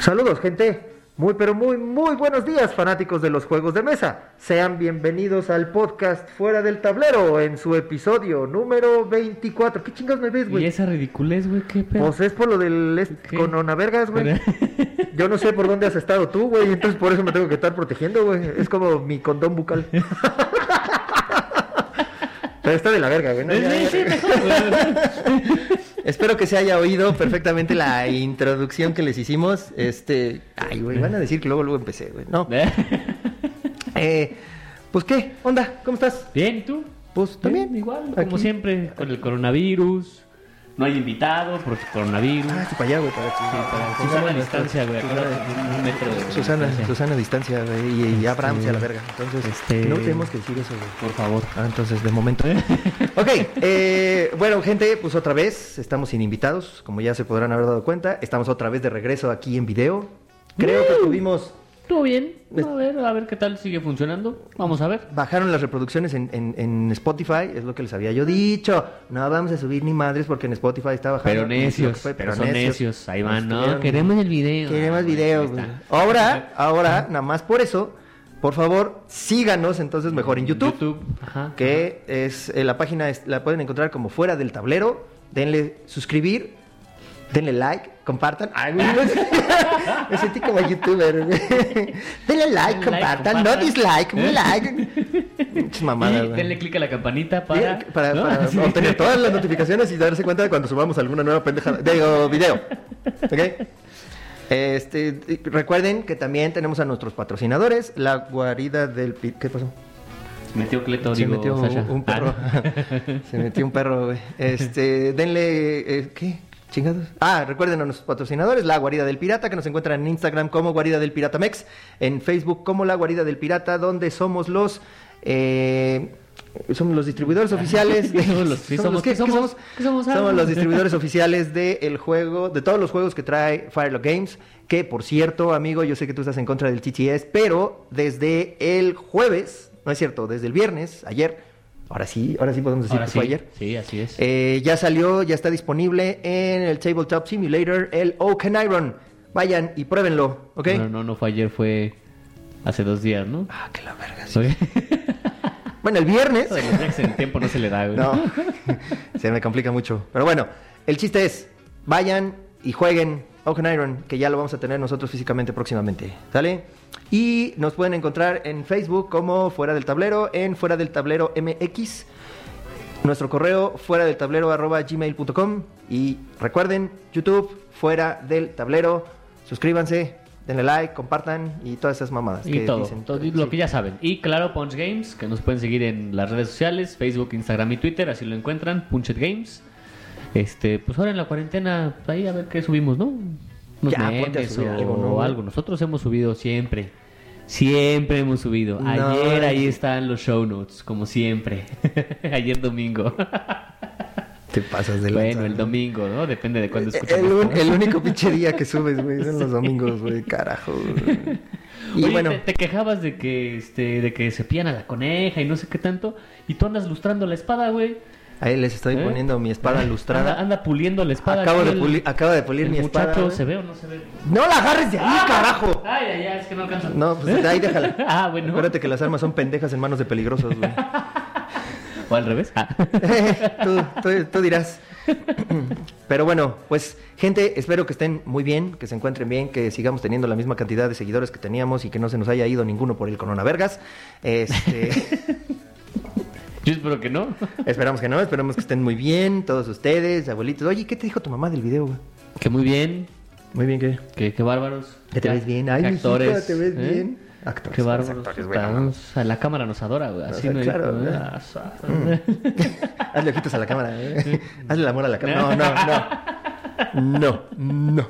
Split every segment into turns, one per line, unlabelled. Saludos gente, muy pero muy muy buenos días fanáticos de los juegos de mesa. Sean bienvenidos al podcast Fuera del Tablero en su episodio número 24. ¿Qué chingas me ves,
Y
güey?
esa ridiculez, güey, qué pedo.
Pues es por lo del
¿Qué?
este vergas, güey. Yo no sé por dónde has estado tú, güey, entonces por eso me tengo que estar protegiendo, güey. Es como mi condón bucal. Pero está de la verga, güey. ¿no? Ya,
Sí,
ya.
sí, mejor, güey.
Espero que se haya oído perfectamente la introducción que les hicimos. Este, ay, güey, van a decir que luego luego empecé, güey. No. Eh, pues qué, onda, ¿cómo estás?
Bien, ¿y tú?
Pues también
Bien, igual, como
aquí.
siempre, con el coronavirus. No hay invitado por el coronavirus.
Ah, esto para allá, güey, para, para-
Susana a
nuestra-
distancia, güey.
Ah, Susana-
acuérdate, un metro de
Susana,
distancia.
Susana a distancia, güey, y, y Abraham a la verga. Entonces,
Este-
no tenemos que decir eso, güey.
Por favor.
Ah, entonces, de momento. ok, eh, bueno, gente, pues otra vez, estamos sin invitados, como ya se podrán haber dado cuenta. Estamos otra vez de regreso aquí en video. Creo que tuvimos...
¿Todo bien? A ver, a ver qué tal sigue funcionando. Vamos a ver.
Bajaron las reproducciones en, en- en Spotify, es lo que les había yo dicho. No vamos a subir ni madres porque en Spotify está bajando.
Pero necios,
Fue, pues,
pero son necios, ahí van, ¿no?
Estuvieron-
Queremos el video. Ah,
Queremos
pues,
video.
ahí
güey.
está.
Ahora, ahora, nada más por eso, por favor, síganos entonces mejor en YouTube,
Ajá.
que es eh, la página, es- la pueden encontrar como fuera del tablero. Denle suscribir, denle like, compartan. Ay, güey, me sentí- me sentí como youtuber. güey. denle like,
like,
compartan,
compartan.
no dislike,
¿Eh?
un like. Muchas mamadas,
Y
güey.
denle click a la campanita para,
Para, para,
¿no?
para
Sí.
obtener todas las notificaciones y darse cuenta de cuando subamos alguna nueva pendejada. Digo, video. ¿Ok? Este, y recuerden que también tenemos a nuestros patrocinadores, la guarida del... pi- ¿Qué pasó?
Metió Cleto,
Se
digo,
metió
Sasha.
un perro.
Ah,
Se metió un perro, güey. Este, denle... eh, ¿Qué? ¿Chingados? Ah, recuerden a nuestros patrocinadores, La Guarida del Pirata, que nos encuentran en Instagram como Guarida del Pirata Mex, en Facebook como La Guarida del Pirata, donde somos los... eh, somos los distribuidores oficiales. de-
Somos los- sí, somos-
¿qué?
¿qué
¿Qué
somos? ¿Qué somos? Ah.
Somos los distribuidores oficiales del juego, de todos los juegos que trae Firelock Games, que por cierto, amigo, yo sé que tú estás en contra del TTS, pero desde el jueves, no es cierto, desde el viernes, ayer, ahora sí, ahora sí podemos decir
ahora
que
sí.
fue ayer.
Sí, así es.
Eh, ya salió, ya está disponible en el Tabletop Simulator, el Oaken Iron. Vayan y pruébenlo, ¿ok?
No, no, no fue ayer, fue hace dos días, ¿no?
Ah, que la verga. sí.
Oye,
Bueno, el viernes.
eso de los breaks en tiempo no se le da, güey.
No, se me complica mucho. Pero bueno, el chiste es, vayan y jueguen Oaken Iron, que ya lo vamos a tener nosotros físicamente próximamente, ¿sale? Y nos pueden encontrar en Facebook como Fuera del Tablero, en Fuera del Tablero MX, nuestro correo fuera del tablero arroba gmail.com y recuerden, YouTube, Fuera del Tablero, suscríbanse, denle like, compartan y todas esas mamadas
Y
que
todo,
dicen.
todo lo que ya saben. Y claro, Punch Games, que nos pueden seguir en las redes sociales, Facebook, Instagram y Twitter, así lo encuentran, Punchet Games. Este, pues ahora en la cuarentena, pues ahí a ver qué subimos, ¿no? Unos
Ya, ponte a
memes
subir
o
algo, ¿no?
algo. Nosotros hemos subido siempre. Siempre hemos subido.
No,
Ayer ahí
sí.
están los show notes, como siempre. Ayer domingo.
Te pasas de
bueno,
lanza,
el
¿no?
domingo, ¿no? Depende de cuándo escuchas.
Eh, El,
esto.
un- el único pinche día que subes, güey, son los domingos, güey, carajo. güey. Y
Oye,
bueno,
te, te quejabas de que este, de que cepillan a la coneja y no sé qué tanto, y tú andas lustrando la espada, güey.
ahí les estoy
¿Eh?
poniendo mi espada
Anda,
lustrada.
anda puliendo la espada.
Acabo
aquí
de,
el-
pulir, acabo de pulir
el
mi espada.
muchacho,
güey.
¿se ve o no se ve? Ah.
No la agarres de ahí, carajo.
Ay, ay, ay, es que no alcanza.
No, pues de ahí déjala.
Ah, bueno.
Acuérdate que las armas son pendejas en manos de peligrosos, güey.
O al revés. Ah.
tú, tú- tú dirás. Pero bueno, pues gente, espero que estén muy bien, que se encuentren bien, que sigamos teniendo la misma cantidad de seguidores que teníamos y que no se nos haya ido ninguno por el coronavergas. Este.
Yo espero que no.
Esperamos que no, esperamos que estén muy bien todos ustedes, abuelitos. Oye, ¿qué te dijo tu mamá del video, güey?
Que muy bien.
Muy bien, ¿qué?
Que, que bárbaros.
Que te
Ya,
ves bien. Ay,
que
mijito,
actores.
te ves
¿eh?
bien. Actores.
Qué
los
bárbaros.
actores, güey, no mames.
Estamos- a la cámara nos adora, güey. Así
sea,
no hay-
claro, güey.
Ah, sa-
Mm. Hazle ojitos a la cámara, ¿eh? Hazle el amor a la cámara. No, no, no. No, no.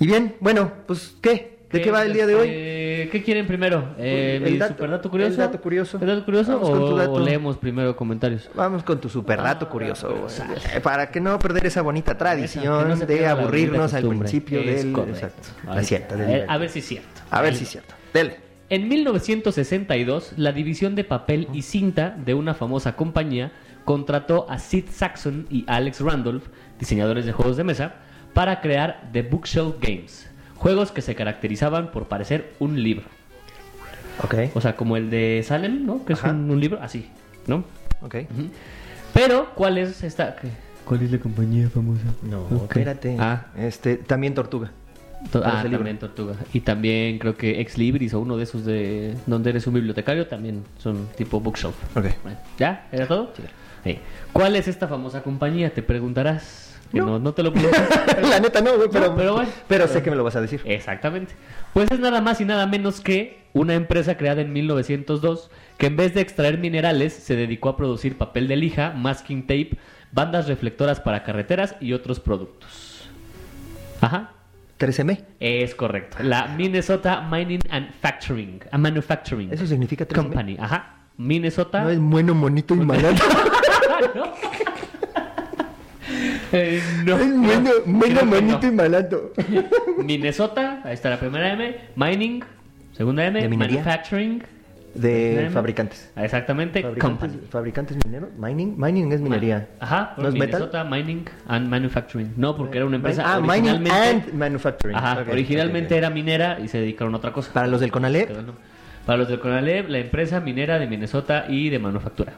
Y bien, bueno, pues, ¿qué? ¿De qué va el día de hoy? Pues,
Eh, ¿Qué quieren primero? Eh,
El
¿Mi
dato-
superdato curioso?
el dato curioso.
¿El dato curioso
Vamos con
o,
tu dato.
o leemos primero comentarios?
Vamos con tu superdato curioso, güey. Eh, Para que no perder esa bonita
Que
tradición
no se
de
pierda la
aburrirnos
bonita
al
costumbre.
principio
Es
del...
correcto.
Exacto.
Ahí
Así es,
está.
del-
a ver si es cierto.
A ver si es cierto. Dele.
En 1962, la división de papel y cinta de una famosa compañía contrató a Sid Saxon y Alex Randolph, diseñadores de juegos de mesa, para crear The Bookshelf Games, juegos que se caracterizaban por parecer un libro.
Ok.
O sea, como el de Salem, ¿no? Que es
Ajá.
un, un libro, así, ¿no?
Ok.
Pero, ¿cuál es esta? qué? ¿Cuál es la compañía famosa?
No,
Ok.
espérate.
Ah,
Este, también Tortuga.
To-
Pero
ah,
ese libro.
también Tortuga. Y también creo que Ex Libris o uno de esos de donde eres un bibliotecario también son tipo bookshelf.
Ok.
Bueno, ¿Ya? ¿Era todo? Sí. ¿Cuál es esta famosa compañía? Te preguntarás. Que no, no te lo preguntas.
La neta no, güey, pero,
No, pero bueno.
pero sé que me lo vas a decir.
Exactamente. Pues es nada más y nada menos que una empresa creada en 1902 que en vez de extraer minerales se dedicó a producir papel de lija, masking tape, bandas reflectoras para carreteras y otros productos. Ajá.
13M.
Es correcto. La Minnesota Mining and Factoring. a Manufacturing.
Eso significa 13M.
Company. Ajá. Minnesota.
No es bueno, monito y malato.
Eh, no.
es bueno,
Creo
bueno
que
monito
no.
y malato.
Minnesota. Ahí está la primera M. Mining. Segunda M.
¿De minería?
Manufacturing.
De
M.
fabricantes.
Ah, Exactamente.
Fabricantes,
Company.
fabricantes mineros. Mining. Mining es minería.
Ajá.
¿No es metal?
Minnesota Mining and Manufacturing. No, porque era una empresa.
Ah, mining
originalmente-
and manufacturing.
Ajá,
Ok,
originalmente
ok,
era minera y se dedicaron a otra cosa.
ok. Para los del
Quedó
Conalep.
el nombre. Para los del Conalep, la empresa minera de Minnesota y de manufactura.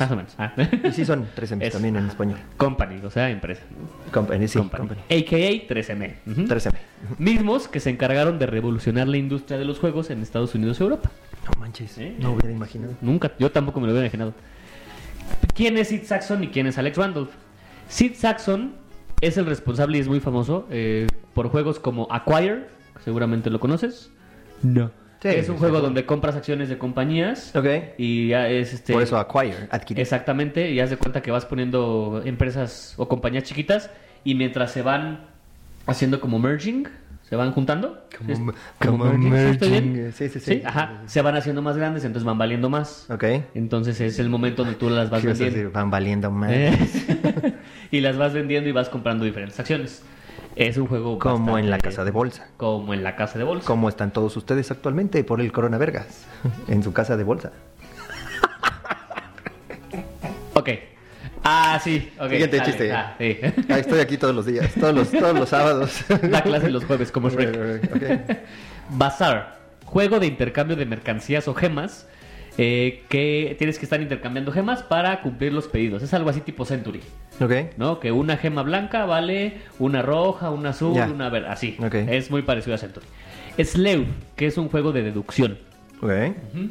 Más o menos. Ah.
Y sí son 13M
Eso.
también en español.
Company, o sea, empresa.
Company, sí.
company. ¿Mm?
company.
AKA 3M. Ujú.
13M.
Mismos que se encargaron de revolucionar la industria de los juegos en Estados Unidos y Europa.
No manches.
¿Eh?
No hubiera imaginado.
Nunca, yo tampoco me lo hubiera imaginado. ¿Quién es Sid Saxon y quién es Alex Randolph? Sid Saxon es el responsable y es muy famoso eh, por juegos como Acquire, que seguramente lo conoces. No.
Sí,
es un
sí,
juego
sí.
donde compras acciones de compañías.
Ok.
Y ya es este.
Por eso acquire, adquirir.
Exactamente, y haz de cuenta que vas poniendo empresas o compañías chiquitas y mientras se van haciendo como merging, se van juntando.
Como
¿Es-
me- como
¿sí estoy
merging, eh,
bien?
sí, sí, sí.
ajá, se van haciendo más grandes, entonces van valiendo más.
Ok.
Entonces es el momento donde tú las vas
¿Qué ibas a
vendiendo.
decir? Van valiendo más.
Eh, y las vas vendiendo y vas comprando diferentes acciones. Es un juego
Como en la
bastante-
casa de bolsa.
como en la casa de bolsa.
Como están todos ustedes actualmente por el coronavergas. En su casa de bolsa.
Ok. Ah, sí. ok,
Siguiente
dale,
chiste.
ah, sí.
Ah, estoy aquí todos los días. Todos los, todos los sábados.
La clase los jueves, como es
Ok.
Bazar, juego de intercambio de mercancías o gemas eh, que tienes que estar intercambiando gemas para cumplir los pedidos. Es algo así tipo Century,
Ok.
¿no? Que una gema blanca vale una roja, una azul,
Ya.
una verde, así.
Ok.
Es muy parecido a Century. Slew, que es un juego de deducción.
Ok.
Ujú.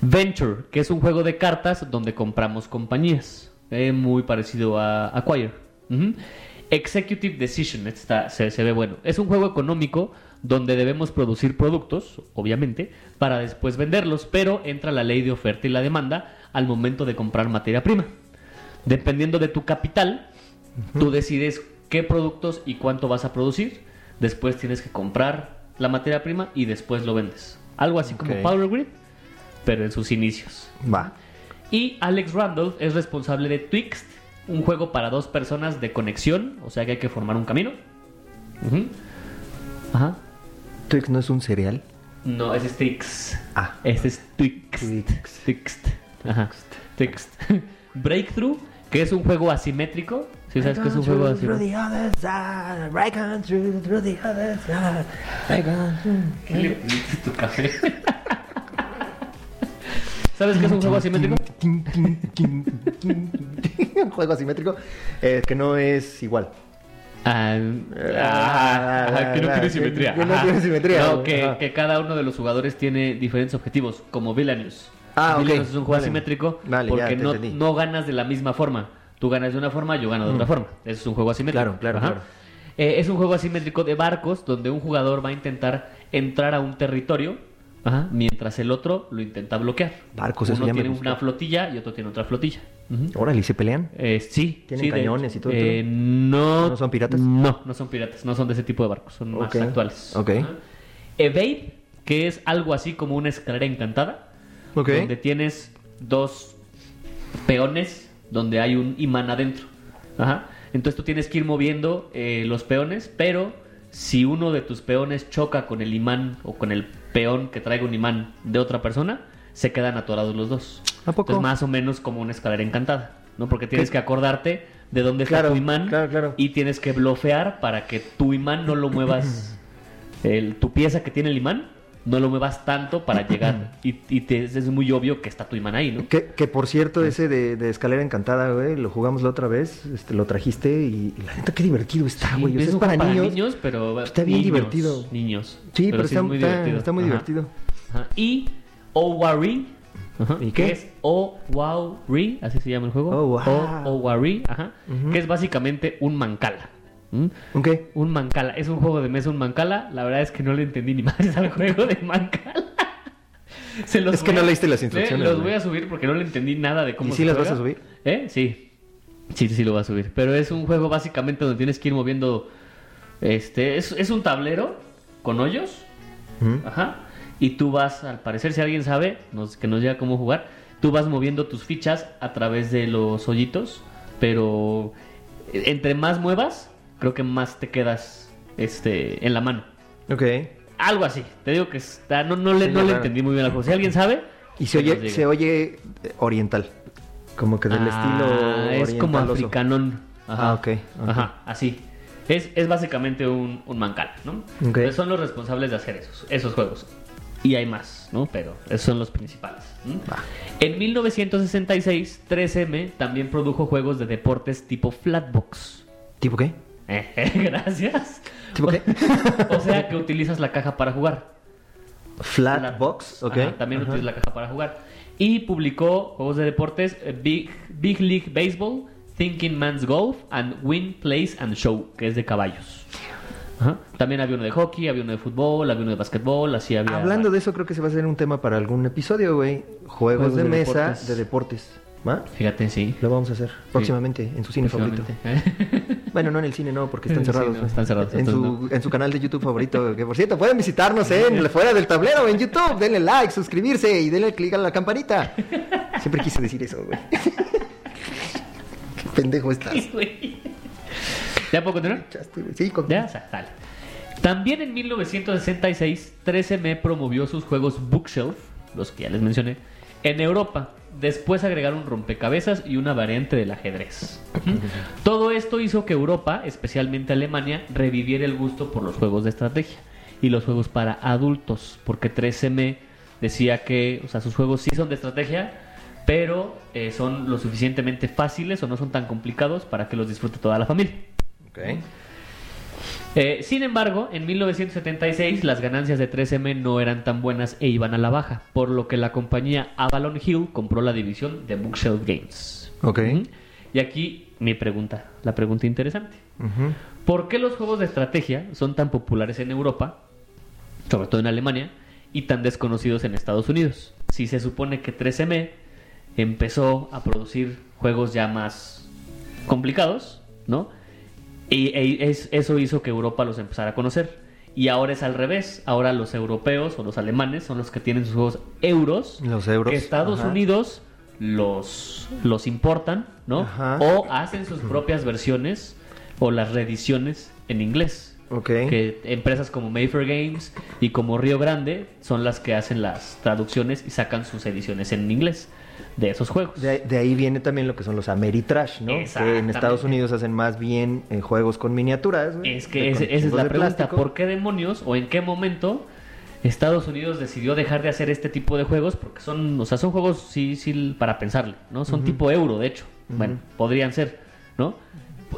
Venture, que es un juego de cartas donde compramos compañías. Eh, muy parecido a Acquire. Ujú. Executive Decision, este está- se, se ve bueno. Es un juego económico donde debemos producir productos, obviamente, para después venderlos, pero entra la ley de oferta y la demanda al momento de comprar materia prima. Dependiendo de tu capital, tú decides qué productos y cuánto vas a producir. Después tienes que comprar la materia prima y después lo vendes. Algo así
Ok.
como Power Grid, pero en sus inicios.
Va.
Y Alex Randolph es responsable de Twixt, un juego para dos personas de conexión, o sea que hay que formar un camino. Ujú. Ajá.
Twix no es un cereal.
No, ese es Tix.
Ah.
Este es Twixt.
Twixt.
Twixt. Ajá. Twixt. Breakthrough, que es un juego asimétrico. Si sabes que es un
Ah,
juego
Through
asimétrico.
the other side, right on through, through the other side, right on through.
¿Qué le pusiste tu café? ¿Sabes qué es un juego asimétrico?
Tin, tin, tin, tin, tin. Un juego asimétrico eh, que no es igual.
Ah,
ah,
ajá, que no
ah,
tiene
que-
simetría.
que no
ajá.
tiene simetría,
No,
güey,
que,
ajá.
que cada uno de los jugadores tiene diferentes objetivos, como Villainous.
Ah, ok,
Villainous es un juego
vale.
asimétrico
Vale, ya,
porque
te
no,
entendí. Mm.
no ganas de la misma forma. Tú ganas de una forma, yo gano de otra forma. Eso es un juego asimétrico.
Claro, claro, claro.
Eh, es un juego asimétrico de barcos donde un jugador va a intentar entrar a un territorio ajá, mientras el otro lo intenta bloquear.
Barcos, eso
Uno
ya me
tiene
gusta.
una flotilla y otro tiene otra flotilla. Ujú.
Órale, ¿y se pelean?
Eh, sí.
¿Tienen
sí, de
cañones
hecho.
y todo el
Eh,
pedo?
no,
¿No son piratas?
No, no son piratas, no son de ese tipo de barcos, son
Ok,
más actuales.
ok.
Ajá. Evade, que es algo así como una escalera encantada,
Ok.
donde tienes dos peones donde hay un imán adentro. Ajá. Entonces tú tienes que ir moviendo eh, los peones, pero si uno de tus peones choca con el imán o con el peón que traiga un imán de otra persona, se quedan atorados los dos.
¿A poco?
Entonces, más o menos como una escalera encantada. ¿no? Porque tienes que acordarte de dónde
Claro,
está tu imán
claro, claro.
y tienes que blofear para que tu imán no lo muevas, el- tu pieza que tiene el imán, no lo muevas tanto para llegar. Y, y te- es muy obvio que está tu imán ahí, ¿no?
Que, que, por cierto, ese de, de Escalera Encantada, güey, lo jugamos la otra vez, este, lo trajiste y, y la neta qué divertido está, Ah, güey. o sea,
es
es
un
para,
juego para
niños. pues,
niños, pero
Está bien
niños,
divertido.
Niños.
Sí, pero,
sí
está,
es muy
está-
divertido.
está muy
Ajá.
divertido.
Ajá. Y Owari. Ajá.
¿Y
¿Y
qué?
qué es Owari? Así se llama el juego.
Oh, wow.
O- Owari, ajá.
Ujú.
Que es básicamente un mancala. ¿Mm?
¿Ok?
Un mancala. Es un juego de mesa, un mancala. La verdad es que no le entendí ni más al juego de mancala. Se los
Es que
voy a-
no leíste las instrucciones,
Eh, los
güey.
voy a subir porque no le entendí nada de cómo
¿Y
se
sí las
juega.
vas a subir?
¿Eh? Sí. Sí, sí lo va a subir. Pero es un juego básicamente donde tienes que ir moviendo. Este. Es, es un tablero con hoyos.
Ujú.
Ajá. Y tú vas, al parecer, si alguien sabe, nos- que nos diga cómo jugar, tú vas moviendo tus fichas a través de los hoyitos, pero eh, entre más muevas, creo que más te quedas este, en la mano.
Ok.
Algo así. Te digo que está, no, no, le,
Sí,
no le
claro.
entendí muy bien al juego. Si alguien sabe...
Y se
que nos
oye,
diga.
se oye eh, oriental. Como que del
Ah,
estilo.
Es como
orientaloso.
africanón. Ajá.
Ah, ok, ok.
Ajá, así. Es, es básicamente un, un mancal, ¿no? Entonces, son los responsables de hacer esos, esos juegos. Y hay más, ¿no? Pero esos son los principales. ¿m? En 1966, 3M también produjo juegos de deportes tipo Flatbox.
¿Tipo qué?
Eh, eh, gracias.
¿Tipo qué?
O sea que utilizas la caja para jugar.
Flat box, ok.
Ajá, también
Ajá.
utilizas la caja para jugar. Y publicó juegos de deportes eh, Big, Big League Baseball, Thinking Man's Golf, and Win, Place and Show, que es de caballos. Ajá. También había uno de hockey, había uno de fútbol, había uno de basquetbol, así había...
Hablando de eso, creo que se va a hacer un tema para algún episodio, güey. Juegos,
Juegos
de,
de
mesa
deportes.
de deportes. ¿Va?
Fíjate, sí.
Lo vamos a hacer próximamente en su cine favorito.
Próximamente.
Bueno, no en el cine, no, porque
En
están
el
cerrados.
cine, están cerrados,
En su,
entonces
en su canal de YouTube favorito. Que por cierto, pueden visitarnos en Fuera del Tablero, en YouTube. Denle like, suscribirse y denle clic a la campanita. Siempre quise decir eso, güey. Qué pendejo estás.
Güey. ¿Ya puedo continuar?
Chaste, güey. Sí, con...
Ya, o sea, dale. También en 1966, 13M promovió sus juegos Bookshelf, los que ya les mencioné, en Europa. Después agregaron rompecabezas y una variante del ajedrez. Todo esto hizo que Europa, especialmente Alemania, reviviera el gusto por los juegos de estrategia y los juegos para adultos, porque 13M decía que, o sea, sus juegos sí son de estrategia, pero eh, son lo suficientemente fáciles o no son tan complicados para que los disfrute toda la familia.
Ok.
Eh, sin embargo, en 1976 las ganancias de 3M no eran tan buenas e iban a la baja, por lo que la compañía Avalon Hill compró la división de Bookshelf Games.
Ok.
Ujú. Y aquí mi pregunta, la pregunta interesante.
Ujú.
¿Por qué los juegos de estrategia son tan populares en Europa, sobre todo en Alemania, y tan desconocidos en Estados Unidos? Si se supone que 3M empezó a producir juegos ya más complicados, ¿no? Y, e- es- eso hizo que Europa los empezara a conocer. Y ahora es al revés. Ahora los europeos o los alemanes son los que tienen sus juegos euros.
Los euros,
Que Estados
ajá.
Unidos los, los importan, ¿no?
Ajá.
O o hacen sus propias versiones o las reediciones en inglés.
Ok.
Que empresas como Mayfair Games y como Río Grande son las que hacen las traducciones y sacan sus ediciones en inglés de esos juegos.
De, de ahí viene también lo que son los Ameritrash, ¿no? Que en
Exactamente.
Estados Unidos hacen más bien eh, juegos con miniaturas. güey,
Es
de-
que
con
ese- esa es
chingos
la
de
pregunta.
plástico.
¿Por qué demonios o en qué momento Estados Unidos decidió dejar de hacer este tipo de juegos? Porque son, o sea, son juegos sí, sí, para pensarle, ¿no? Son tipo euro, de hecho. Bueno, podrían ser, ¿no?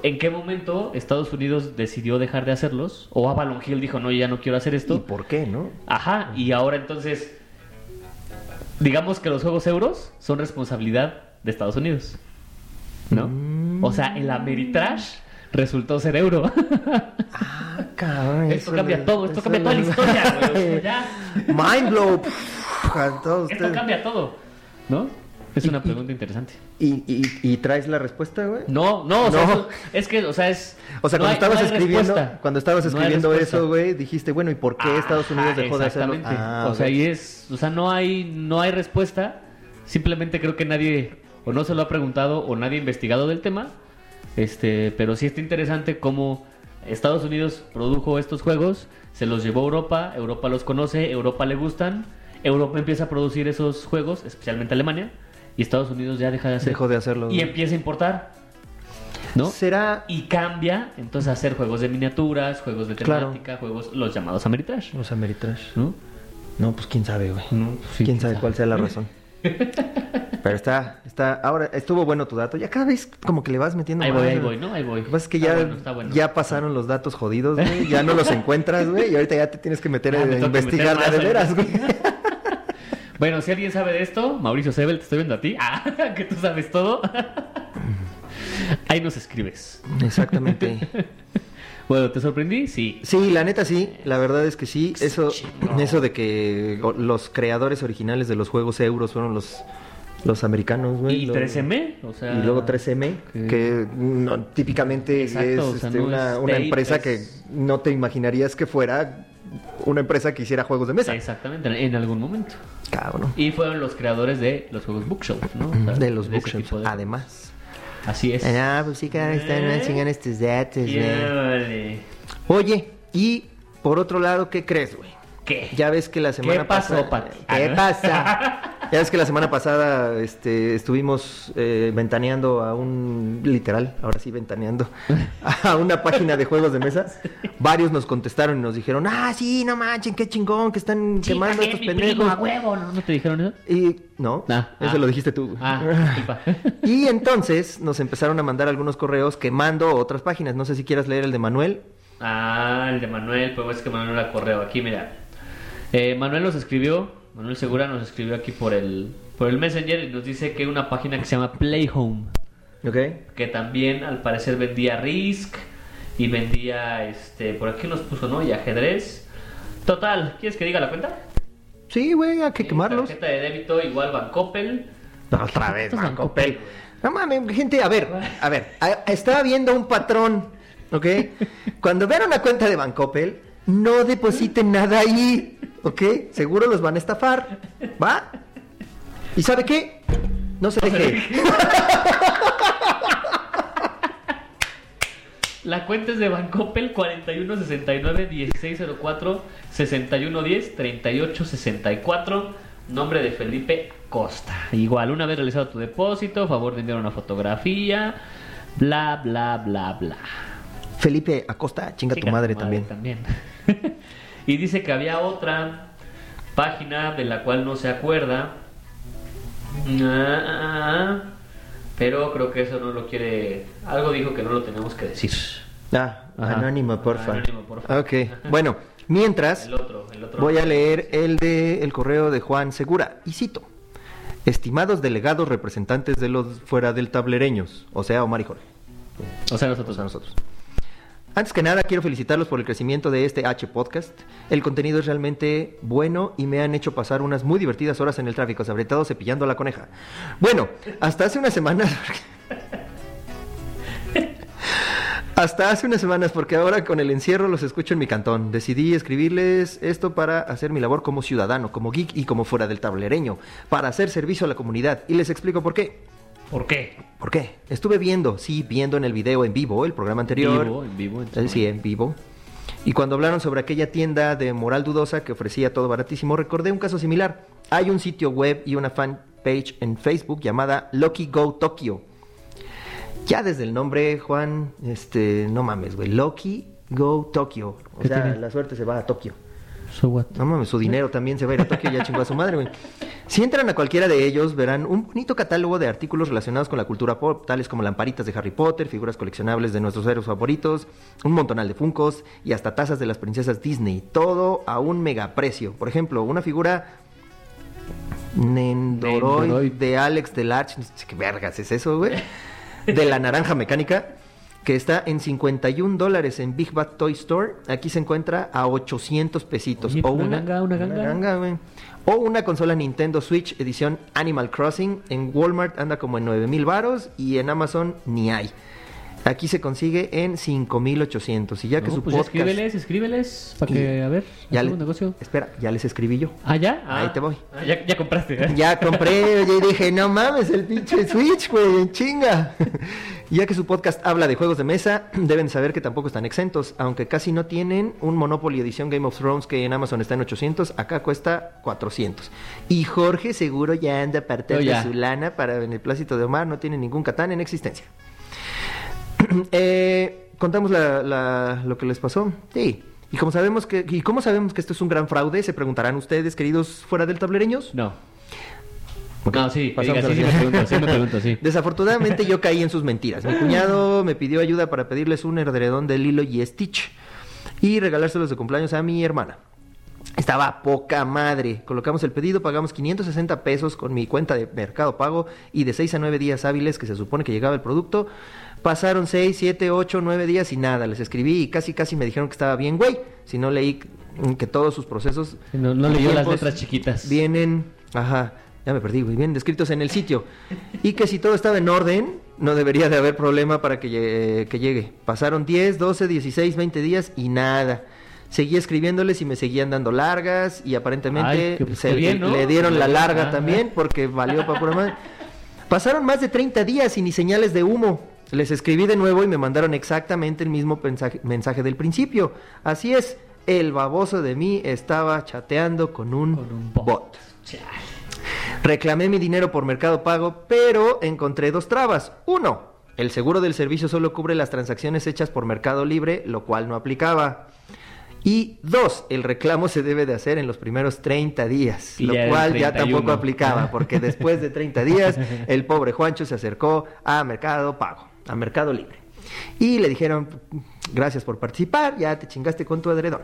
¿En qué momento Estados Unidos decidió dejar de hacerlos? O Avalon Hill dijo, no, yo ya no quiero hacer
¿Y
esto.
por qué, no?
Ajá, y ahora entonces, digamos que los juegos euros son responsabilidad de Estados Unidos, ¿no? O sea,
Mm.
el Ameritrash resultó ser euro.
Ah, cabrón.
Esto
eso
cambia
le-
todo, esto
eso
cambia toda la
le-
historia, güey. o sea, ya.
Mind blow. pff, a todos
Esto
ustedes.
cambia todo, ¿no? Es una pregunta interesante.
¿Y, y, y traes la respuesta, güey?
No, no, o sea,
No.
eso- es que, o sea, es.
O sea, cuando,
no hay-
estabas
no hay
escribiendo,
respuesta.
cuando estabas
No hay
escribiendo
respuesta.
eso, güey, dijiste, bueno, ¿y por qué Estados Unidos
Ajá,
dejó de hacerlo?
Exactamente.
Ah,
o sea,
ok.
y es, o sea, no hay, no hay respuesta. Simplemente creo que nadie o no se lo ha preguntado o nadie ha investigado del tema. Este, pero sí está interesante cómo Estados Unidos produjo estos juegos, se los llevó a Europa, Europa los conoce, Europa le gustan, Europa empieza a producir esos juegos, especialmente Alemania, Y Estados Unidos ya deja de hacer.
Dejó de hacerlo.
Y empieza a importar. ¿No?
Será.
Y cambia entonces a hacer juegos de miniaturas, juegos de
Claro.
temática, juegos, los llamados Ameritrash.
Los Ameritrash.
¿No?
No, pues quién sabe, güey.
No, sí,
quién sabe cuál sea la razón. Pero está, está. Ahora estuvo bueno tu dato. Ya cada vez como que le vas metiendo.
Ahí voy,
más,
ahí
güey.
voy, ¿no? Ahí voy.
Lo que pasa es que
Está
ya,
bueno, está bueno.
ya pasaron los datos jodidos, güey. Ya no los encuentras, güey. Y ahorita ya te tienes que meter
Ya me
a
tengo que
investigar
meter
de
más,
veras, güey.
Bueno, si alguien sabe de esto, Mauricio Sebel, te estoy viendo a ti. Ah, que tú sabes todo. Ahí nos escribes.
Exactamente.
Bueno, ¿te sorprendí? Sí.
Sí, la neta sí, la verdad es que sí.
Es
Eso,
chingón.
eso de que o- los creadores originales de los juegos euros fueron los, los americanos, güey.
Y
Lo-
13M, o sea.
Y luego 3M,
que-
que no, típicamente es,
Exacto, o sea,
este,
no
una,
es
una
tape,
empresa
es-
que no te imaginarías que fuera una empresa que hiciera juegos de mesa.
Exactamente, en algún momento.
Cabrón.
Y fueron los creadores de los juegos Bookshelf, ¿no? O sea,
De los
ese
bookshops,
tipo de-
además.
Así es.
Ah, pues sí, cada vez están más
¿Eh?
chingones tus datos, güey.
Híjole.
Oye, y por otro lado, ¿qué crees, güey?
¿Qué?
Ya ves que la semana
pasó,
pasada.
Pati?
¿Qué
Ah, ¿no?
pasa? Ya ves que la semana pasada este, estuvimos eh, ventaneando a un. Literal, ahora sí, ventaneando. A una página de juegos de mesa. Varios nos contestaron y nos dijeron: Ah, sí, no manchen, qué chingón, que están
Sí,
quemando estos
también, mi primo,
pendejos.
a huevo, ¿no? ¿No te dijeron eso?
Y no,
Ah,
eso
ah.
lo dijiste tú. güey.
Ah, disculpa.
y entonces nos empezaron a mandar algunos correos quemando otras páginas. No sé si quieras leer el de Manuel.
Ah, el de Manuel, pues es que Manuel era correo. Aquí, mira. Eh, Manuel nos escribió, Manuel Segura nos escribió aquí por el, por el Messenger y nos dice que una página que se llama Playhome,
¿Ok?
que también al parecer vendía Risk y vendía, este, por aquí nos puso, ¿no? Y ajedrez. Total, ¿quieres que diga la cuenta?
Sí, güey, hay que
Eh,
quemarlos.
Tarjeta de débito igual Bancoppel.
No, otra vez,
Estos Bancopel,
Bancopel. No mames, gente, a ver, a ver, a- estaba viendo un patrón, ¿ok? Cuando vean una cuenta de Bancopel, no depositen nada ahí, ¿ok? Seguro los van a estafar, ¿va? ¿Y sabe qué? No se deje.
La cuenta es de Bancoppel 4169 1604 6110 3864. Nombre de Felipe Costa. Igual, una vez realizado tu depósito, favor de enviar una fotografía. Bla, bla, bla, bla.
Felipe Acosta, chinga tu
Chica,
madre también.
también. y dice que había otra página de la cual no se acuerda. Ah, ah, ah. pero creo que eso no lo quiere. Algo dijo que no lo tenemos que decir.
Ah,
Ajá.
anónimo, porfa.
Anónimo, porfa.
Ok, bueno, mientras...
El otro, el otro.
Voy a leer el de el correo de Juan Segura y cito: Estimados delegados representantes de los fuera del tablereños, o sea, Omar y Jorge,
O sea,
o
nosotros.
sea, nosotros. Antes que nada, quiero felicitarlos por el crecimiento de este H podcast. El contenido es realmente bueno y me han hecho pasar unas muy divertidas horas en el tráfico, sobre todo cepillando a la coneja. Bueno, hasta hace unas semanas. Hasta hace unas semanas, porque ahora con el encierro los escucho en mi cantón. Decidí escribirles esto para hacer mi labor como ciudadano, como geek y como fuera del tablereño, para hacer servicio a la comunidad. Y les explico por qué.
¿Por qué?
¿Por qué? Estuve viendo, sí, viendo en el video en vivo, el programa anterior.
Vivo, en vivo, en
Eh, Sí, en vivo. Y cuando hablaron sobre aquella tienda de moral dudosa que ofrecía todo baratísimo, recordé un caso similar. Hay un sitio web y una fanpage en Facebook llamada Lucky Go Tokyo. Ya desde el nombre, Juan, este, no mames, güey. Lucky Go Tokyo. O
¿Qué
sea,
tiene?
la suerte se va a Tokio.
So what?
No mames, su dinero también se va a ir a Tokio y ya chingó a su madre, güey. Si entran a cualquiera de ellos, verán un bonito catálogo de artículos relacionados con la cultura pop, tales como lamparitas de Harry Potter, figuras coleccionables de nuestros héroes favoritos, un montonal de funcos y hasta tazas de las princesas Disney. Todo a un megaprecio. Por ejemplo, una figura Nendoroid
Nendoroid.
de Alex Delarge. no sé ¿Qué vergas es eso, güey? De la naranja mecánica. Que está en 51 dólares en Big Bad Toy Store. Aquí se encuentra a 800 pesitos.
Oye, pues, una ganga, una ganga.
güey. O una consola Nintendo Switch edición Animal Crossing. En Walmart anda como en 9000 varos. Y en Amazon ni hay. Aquí se consigue en 5800. Y ya que
No,
su
pues ya
podcast-
escríbeles, escríbeles. Para que,
Y-
a ver,
ya
hacemos
le-
un negocio.
Espera, ya les escribí yo.
Ah, ya.
Ahí
Ah.
te voy.
Ah, ya, ya compraste. ¿eh?
Ya compré, oye, y dije, no mames, el pinche Switch, güey, en chinga. Y ya que su podcast habla de juegos de mesa, deben saber que tampoco están exentos, aunque casi no tienen un Monopoly edición Game of Thrones que en Amazon está en 800, acá cuesta 400. Y Jorge seguro ya anda a partir
Yo ya.
de su lana para Beneplácito de Omar, no tiene ningún Catán en existencia. Eh, ¿Contamos la- la- lo que les pasó? Sí. ¿Y como sabemos que, ¿Y cómo sabemos que esto es un gran fraude? Se preguntarán ustedes, queridos fuera del tablereños.
No.
Ok,
No, sí, que diga,
pasamos
sí, sí
al-
me pregunto, sí me pregunto, sí.
Desafortunadamente yo caí en sus mentiras. Mi cuñado me pidió ayuda para pedirles un herderedón de Lilo y Stitch y regalárselos de cumpleaños a mi hermana. Estaba a poca madre. Colocamos el pedido, pagamos 560 pesos con mi cuenta de Mercado Pago y de 6 a 9 días hábiles que se supone que llegaba el producto. Pasaron 6, 7, 8, 9 días y nada. Les escribí y casi casi me dijeron que estaba bien, güey. Si no leí que todos sus procesos...
No, no leyó las
tiempos,
letras chiquitas.
Vienen, ajá, ya me perdí, güey, vienen descritos en el sitio. Y que si todo estaba en orden, no debería de haber problema para que, lle- eh, que llegue. Pasaron 10, 12, 16, 20 días y nada. Seguí escribiéndoles y me seguían dando largas y aparentemente
Ay, que, pues,
se
qué
le-
bien, ¿no?
le dieron la larga
Ajá.
también porque valió para pura madre. Pasaron más de 30 días y ni señales de humo. Les escribí de nuevo y me mandaron exactamente el mismo mensaje, mensaje del principio. Así es, el baboso de mí estaba chateando con un,
Con un bot.
bot.
Chale.
Reclamé mi dinero por Mercado Pago, pero encontré dos trabas. Uno, el seguro del servicio solo cubre las transacciones hechas por Mercado Libre, lo cual no aplicaba. Y dos, el reclamo se debe de hacer en los primeros 30 días,
Y
lo
ya el
cual ya
31.
tampoco aplicaba, porque después de 30 días el pobre Juancho se acercó a Mercado Pago, a Mercado Libre. Y le dijeron, gracias por participar, ya te chingaste con tu adredón.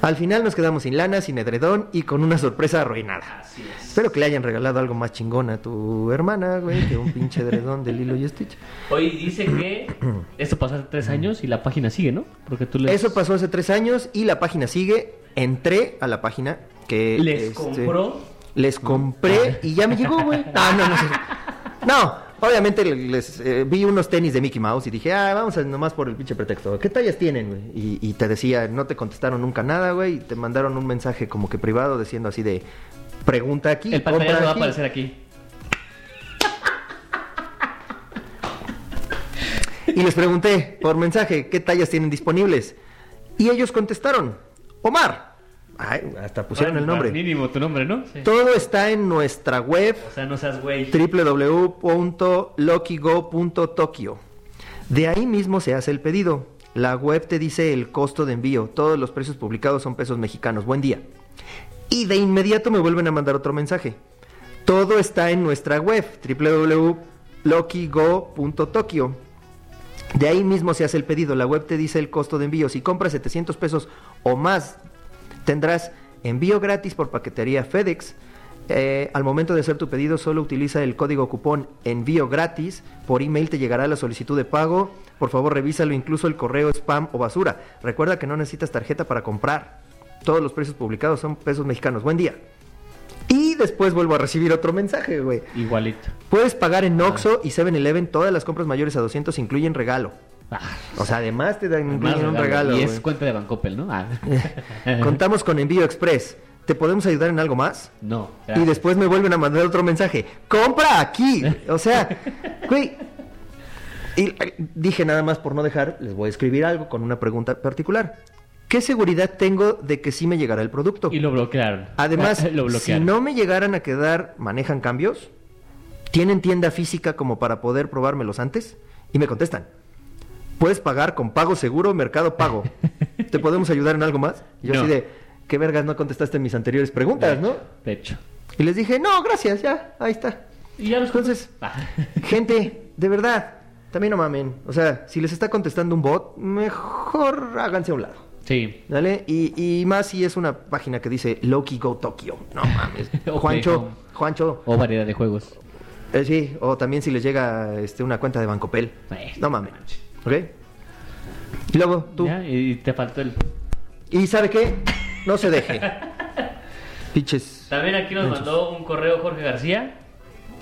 Al final nos quedamos sin lana, sin edredón y con una sorpresa arruinada.
Así es.
Espero que le hayan regalado algo más chingón a tu hermana, güey, que un pinche edredón de Lilo y Stitch.
Hoy dice que esto pasó hace tres años y la página sigue, ¿no? Porque tú les,
Eso pasó hace tres años y la página sigue. Entré a la página que...
les
este,
compró. Ah.
Les compré y ya me llegó, güey. Ah, No, no, no. sé. No, obviamente le- les eh, vi unos tenis de Mickey Mouse y dije, ah, vamos a, nomás por el pinche pretexto. ¿Qué tallas tienen, güey? Y, y te decía, no te contestaron nunca nada, güey. Y te mandaron un mensaje como que privado diciendo así de, pregunta aquí,
El pantallazo
compra
va a
aquí".
aparecer aquí.
Y les pregunté por mensaje qué tallas tienen disponibles. Y ellos contestaron, Omar. Ay, hasta pusieron el nombre.
Mínimo tu nombre, ¿no? Sí.
Todo está en nuestra web
O sea, no seas güey.
www.lokigo.tokyo. De ahí mismo se hace el pedido. La web te dice el costo de envío. Todos los precios publicados son pesos mexicanos. Buen día. Y de inmediato me vuelven a mandar otro mensaje. Todo está en nuestra web, www.lokigo.tokyo. De ahí mismo se hace el pedido. La web te dice el costo de envío. Si compras 700 pesos o más, tendrás envío gratis por paquetería FedEx. Eh, al momento de hacer tu pedido, solo utiliza el código cupón envío gratis. Por email te llegará la solicitud de pago. Por favor, revísalo, incluso el correo spam o basura. Recuerda que no necesitas tarjeta para comprar. Todos los precios publicados son pesos mexicanos. Buen día. Y después vuelvo a recibir otro mensaje, güey.
Igualito.
Puedes pagar en Oxxo y 7-Eleven. Todas las compras mayores a 200 incluyen regalo.
Ah,
O sea, además te dan
más
incluyen un regalo.
Y
güey.
es cuenta de Bancoppel, ¿no? Ah.
Contamos con Envío Express. ¿Te podemos ayudar en algo más?
No.
Y
gracias.
después me vuelven a mandar otro mensaje. ¡Compra aquí! O sea, güey. Y eh, dije nada más por no dejar, les voy a escribir algo con una pregunta particular. ¿Qué seguridad tengo de que sí me llegará el producto?
Y lo bloquearon.
Además,
lo
si
bloquearon.
no me llegaran a quedar, ¿manejan cambios? ¿Tienen tienda física como para poder probármelos antes? Y me contestan. Puedes pagar con pago seguro, mercado pago. ¿Te podemos ayudar en algo más? Y yo
No.
así de, ¿qué vergas no contestaste mis anteriores preguntas,
de
no?
De hecho.
Y les dije, no, gracias, ya, ahí está.
Y ya los
Entonces,
Ah.
gente, de verdad, también no mamen. O sea, si les está contestando un bot, mejor háganse a un lado.
Sí.
¿Dale? Y, y más si es una página que dice Loki Go Tokyo. No mames.
Ok,
Juancho,
no.
Juancho.
O variedad de juegos.
eh, sí, o también si les llega este, una cuenta de Bancopel.
Eh,
No mames. ¿Ok? Y luego, tú.
Ya, y te faltó el.
¿Y sabe qué? No se deje. Piches.
También aquí nos mandó un correo Jorge García.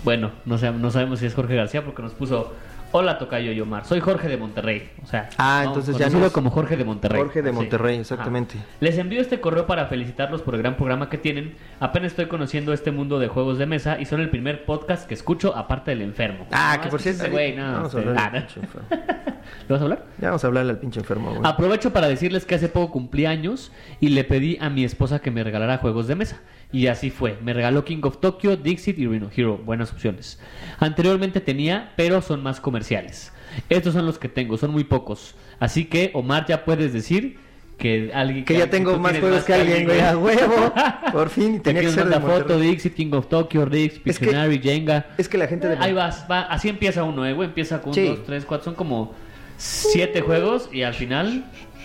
Bueno, no, sé- no sabemos si es Jorge García porque nos puso Hola, Tocayo y Omar. Soy Jorge de Monterrey. O sea,
Ah, entonces ya no
conocido
es-
como Jorge de Monterrey.
Jorge de
Así.
Monterrey, exactamente.
Ajá. Les envío este correo para felicitarlos por el gran programa que tienen. Apenas estoy conociendo este mundo de juegos de mesa y son el primer podcast que escucho aparte del enfermo.
Ah,
No,
que
es
por cierto.
ese güey, no,
vamos a
este-
hablarle
ah,
al
no. Ah,
pinche enfermo.
¿Lo vas a hablar?
Ya vamos a hablarle al pinche enfermo, güey.
Aprovecho para decirles que hace poco cumplí años y le pedí a mi esposa que me regalara juegos de mesa. Y así fue. Me regaló King of Tokyo, Dixit y Reno Hero. Buenas opciones. Anteriormente tenía, pero son más comerciales. Estos son los que tengo, son muy pocos. Así que, Omar, ya puedes decir que alguien
Que ya tengo
tú
más
tienes
juegos que alguien, güey. A huevo. Por fin, tenía que
Aquí nos
ser de
manda foto,
Monterrey.
Dixit, King of Tokyo, Dix,
Es que-
Pictionary, Jenga.
Es que la gente de
Ahí vas, va. Así empieza uno, eh, güey. Empieza con
Sí.
uno, dos, tres, cuatro. Son como siete juegos y al final.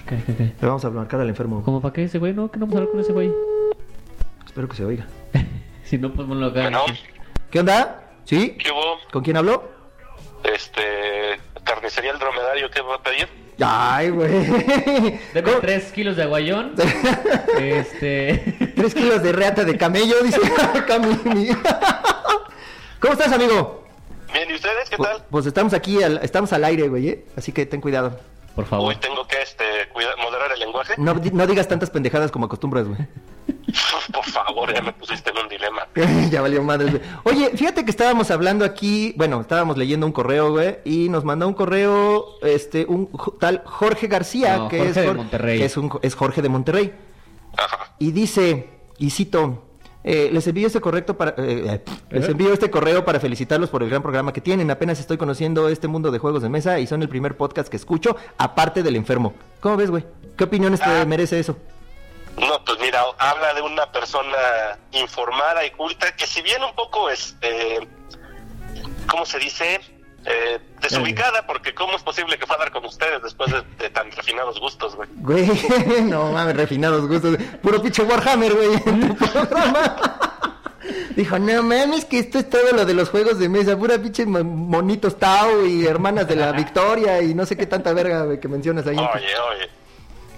¿Qué, qué, qué?
Le vamos a marcar al enfermo.
¿Cómo para qué ese güey? No, que no vamos a hablar con ese güey.
Espero que se oiga.
Si no, pues ponlo acá.
Bueno,
¿Qué onda? ¿Sí?
¿qué hubo?
¿Con quién habló?
Este, carnicería el dromedario, ¿qué va a pedir?
Ay, güey.
Deme
¿Cómo?
tres kilos de aguayón. este.
Tres kilos de reata de camello, dice Camini. ¿Cómo estás, amigo?
Bien, ¿y ustedes qué
Pues,
tal?
pues estamos aquí, al- estamos al aire, güey, ¿eh? Así que ten cuidado.
Por favor.
Uy, tengo que este, cuida- moderar el lenguaje.
No, di- no digas tantas pendejadas como acostumbras, güey.
Por favor, ya me pusiste en un dilema.
ya valió madre. güey. Oye, fíjate que estábamos hablando aquí, bueno, estábamos leyendo un correo, güey, y nos mandó un correo, este, un jo- tal Jorge García,
No,
que
Jorge
es,
de
Jor-
Monterrey.
que es un- es Jorge de Monterrey.
Ajá.
y dice, y cito, eh, les envío este correcto para eh, eh, les
Ajá.
envío este correo para felicitarlos por el gran programa que tienen. Apenas estoy conociendo este mundo de juegos de mesa y son el primer podcast que escucho, aparte del enfermo. ¿Cómo ves, güey? ¿Qué opiniones te
Ah.
merece eso?
No, pues mira, habla de una persona informada y culta que si bien un poco, este, ¿cómo se dice? Eh, desubicada, porque ¿cómo es posible que fue a dar con ustedes después de, de tan refinados gustos, güey?
Güey, no mames, refinados gustos. Puro pinche Warhammer, güey, en tu programa. Dijo, no mames, que esto es todo lo de los juegos de mesa, pura pinche mon- monitos Tau y hermanas de la victoria y no sé qué tanta verga güey, que mencionas ahí. en tu-
Oye, oye,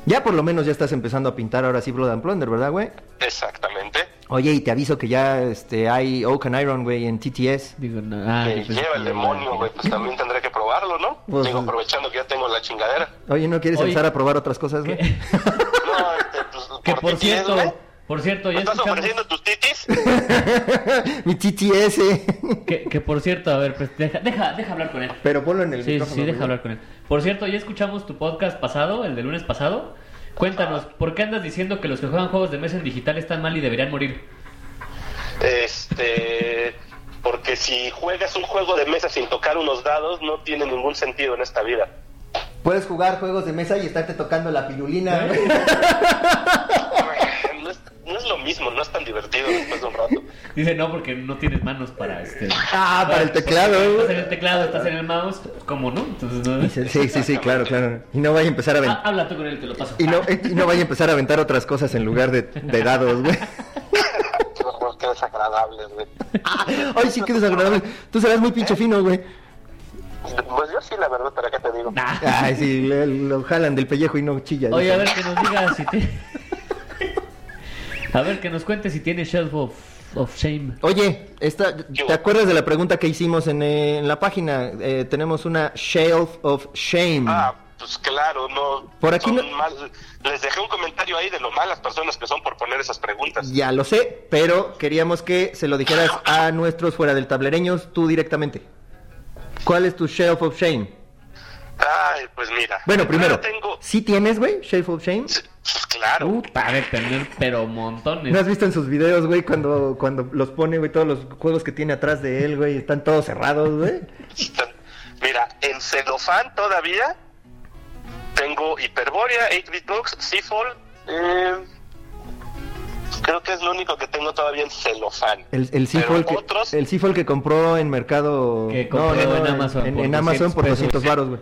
Ya por lo menos ya estás empezando a pintar ahora sí Blood and Plunder, ¿verdad, güey?
exactamente.
Oye, y te aviso que ya este, hay Oak and Iron, güey, en TTS.
Digo, no. Ah,
Me
yo pensé
lleva el
que-
demonio, güey, pues también tendré que probarlo, ¿no?
Pues,
Digo,
sí.
aprovechando que ya tengo la chingadera.
Oye, ¿no quieres
Oye.
empezar a probar otras cosas, güey?
Que,
No, este, pues,
que
ti
por
quieres,
cierto,
güey.
por cierto,
¿Me
ya
estás
escuchamos-
ofreciendo tus titis?
Mi TTS.
Que, que por cierto, a ver, pues deja, deja, deja hablar con él.
Pero ponlo en el
Sí, sí,
micrófono.
sí, deja
güey.
hablar con él. Por cierto, ya escuchamos tu podcast pasado, el de lunes pasado. Cuéntanos, ¿por qué andas diciendo que los que juegan juegos de mesa en digital están mal y deberían morir?
Este, porque si juegas un juego de mesa sin tocar unos dados, no tiene ningún sentido en esta vida.
Puedes jugar juegos de mesa y estarte tocando la pirulina. güey.
No es, no es lo mismo, no es tan divertido después de un rato.
Dice, no, porque no tienes manos para este...
Ah, para el
porque
teclado,
Estás
güey.
en el teclado, estás en el mouse, pues, ¿cómo no? Entonces, no...
Sí, sí, sí, sí, claro, claro. Y no vaya a empezar a
Ah,
aventar.
habla tú con él, te lo paso. Ah.
Y no, eh, y no vaya a empezar a aventar otras cosas en lugar de, de dados, güey.
Qué horror, qué desagradable, güey.
Ay, sí, qué desagradable. Tú serás muy pinche fino, güey.
Pues yo sí, la verdad, ¿para qué te digo?
Nah.
Ay, sí, le- lo jalan del pellejo y no chillan.
Oye, a ver que nos digas si te... A ver, que nos cuentes si tiene Shelf of, of Shame.
Oye, esta, ¿te
Yo.
acuerdas de la pregunta que hicimos en, eh, en la página? Eh, tenemos una Shelf of Shame.
Ah, pues claro, no.
Por aquí
son
no-
mal- les dejé un comentario ahí de lo malas personas que son por poner esas preguntas.
Ya lo sé, pero queríamos que se lo dijeras a nuestros fuera del tablereños, tú directamente. ¿Cuál es tu Shelf of Shame?
Ay, pues mira.
Bueno, primero, Uh.
Yo tengo.
¿sí tienes, güey, Shelf of Shame?
Pues Claro.
Puta, de tener, pero montones.
¿No has visto en sus videos, güey, cuando, cuando los pone, güey, todos los juegos que tiene atrás de él, güey, están todos cerrados, güey?
Está- Mira, en celofán todavía tengo Hiperborea, 8-bit Box, Seafall. eh, creo que es lo único que tengo todavía en celofán.
El, el
Pero
Seafall que,
otros,
el Seafall que compró en Mercado...
Que compró en Amazon
En,
por
en Amazon
200
por
pesos.
200 varos, güey.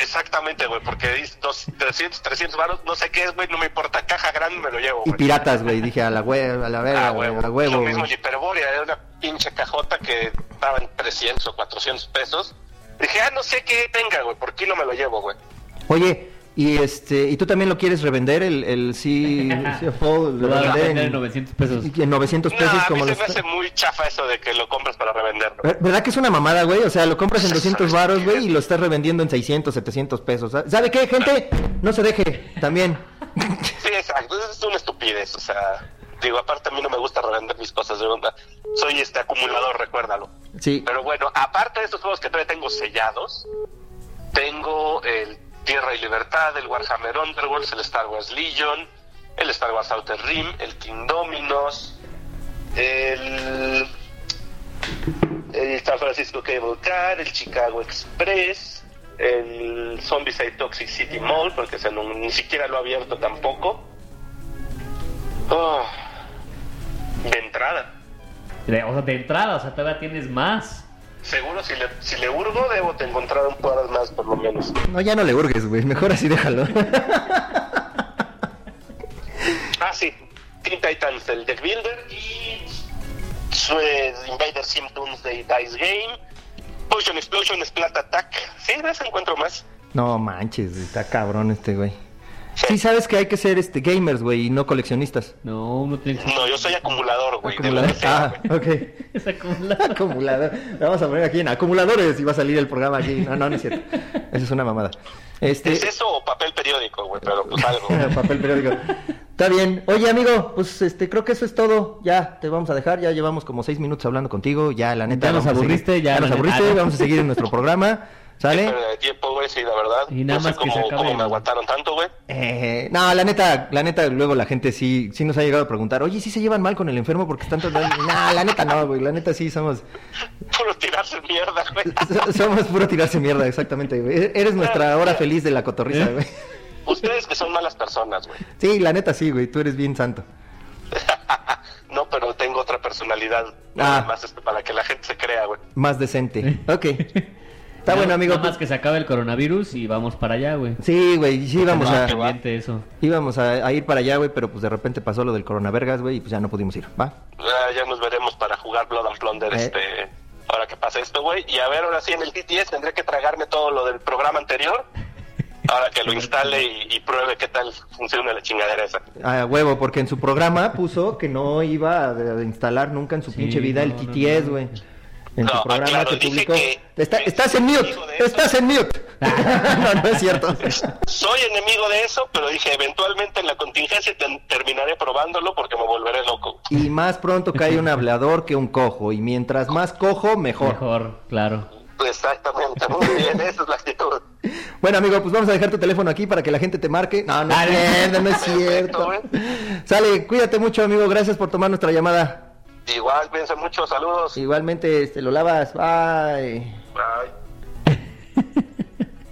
Exactamente, güey, porque dice dos- 300, 300 varos, no sé qué es, güey, no me importa, caja grande me lo llevo,
Y
güey.
piratas, güey. Dije, a la hueva, a la verga,
Ah,
güey,
huevo.
a la huevo.
Lo mismo
güey.
Hyperborea, era una pinche cajota que estaba en 300 o 400 pesos. Dije, ah, no sé qué tenga, güey, por qué no me lo llevo, güey.
Oye, Y este y tú también lo quieres revender, el, el C- CFO, lo
Lo van a
revender
vender en
en,
900 pesos.
en 900
No,
pesos
a mí
Pues como
se
los- ¿Eh?
me hace muy chafa eso de que lo compras para revenderlo.
Ver- ¿Verdad que es una mamada, güey? O sea, lo compras en 200 varos, güey, y lo estás revendiendo en 600, 700 pesos. ¿Sabe qué, gente? No se deje, también.
Sí, exacto. Es una estupidez. O sea, digo, aparte a mí no me gusta revender mis cosas de onda. Soy este acumulador, recuérdalo.
Sí.
Pero bueno, aparte de estos juegos que todavía tengo sellados, tengo el Tierra y Libertad, el Warhammer Underworlds, el Star Wars Legion, el Star Wars Outer Rim, el King Dominos, el, el San Francisco Cable Car, el Chicago Express, el Zombicide Toxic City Mall, porque se no- ni siquiera lo he abierto tampoco. Oh, de entrada.
De- o sea, de entrada, o sea, todavía tienes más.
Seguro, si le, si le hurgo, debo de encontrar un par más, por lo menos.
No, ya no le hurgues, güey. Mejor así déjalo.
Ah, sí. Teen Titans, el Deck Builder y su, eh, Invader Sim Doomsday Dice Game. Potion Explosion, Splat Attack. Sí, de ese encuentro más.
No manches, güey, está cabrón este, güey.
Sí.
Sí, sabes que hay que ser este gamers, güey, y no coleccionistas.
No, uno tiene que
No, yo soy acumulador, güey. de lo
Acumulador.
que sea,
Ah,
güey.
ok.
Es acumulado.
Acumulador. Lo Vamos a poner aquí en acumuladores y va a salir el programa aquí. No, no, no es cierto. Eso es una mamada. Este.
¿Es eso o papel periódico, güey? Pero pues algo.
papel periódico. Está bien. Oye, amigo, pues este, creo que eso es todo. Ya te vamos a dejar. Ya llevamos como seis minutos hablando contigo. Ya, la neta.
Ya nos
vamos a seguir-
aburriste,
ya
ya, la
nos
neta.
aburriste. Vamos a seguir en nuestro programa. ¿Sale?
Pero de tiempo, güey, sí, la verdad.
Y nada
no sé
más que se
cómo,
acabe
cómo
el-
me aguantaron tanto, güey.
Eh, no, la neta, la neta, luego la gente sí, sí nos ha llegado a preguntar, oye, ¿sí se llevan mal con el enfermo porque están todos... No, la neta no, güey, la neta sí somos,
Puro tirarse mierda, güey.
so- somos puro tirarse mierda, exactamente, güey. E- Eres nuestra hora feliz de la cotorriza, güey.
Ustedes que son malas personas, güey.
Sí, la neta sí, güey, tú eres bien santo.
No, pero tengo otra personalidad.
Ah.
Nada más este, para que la gente se crea, güey.
Más decente. Ok. Está bueno, amigo. pues
Nada más que se acabe el coronavirus y vamos para allá, güey.
Sí, güey, sí, íbamos
Estaba
a...
pendiente eso.
Íbamos a, a ir para allá, güey, pero pues de repente pasó lo del coronavergas, güey, y pues ya no pudimos ir, ¿va?
Ah, ya nos veremos para jugar Blood and Plunder,
Eh.
este, ahora que pase esto, güey. Y a ver, ahora sí en el TTS tendré que tragarme todo lo del programa anterior. Ahora que lo instale y, y pruebe qué tal funciona la chingadera esa.
A huevo, porque en su programa puso que no iba a de- a instalar nunca en su
Sí,
pinche vida el
no, no,
TTS,
no.
güey. En su
No,
programa
claro,
que
dije
publicó.
que-
Está-
que
estás en
soy
mute,
enemigo de eso.
estás en mute. no, no es cierto.
Soy enemigo de eso, pero dije, eventualmente en la contingencia ten- terminaré probándolo porque me volveré loco.
Y más pronto cae un hablador que un cojo. Y mientras más cojo, mejor.
Mejor, claro.
Exactamente, muy bien, esa es la actitud.
Bueno, amigo, pues vamos a dejar tu teléfono aquí para que la gente te marque. No, no,
Ah,
es
no.
cierto, no es
Perfecto, ¿eh?
cierto.
güey.
Sale, cuídate mucho, amigo. Gracias por tomar nuestra llamada.
Igual, piensa mucho, saludos.
Igualmente, este, lo lavas. Bye.
Bye.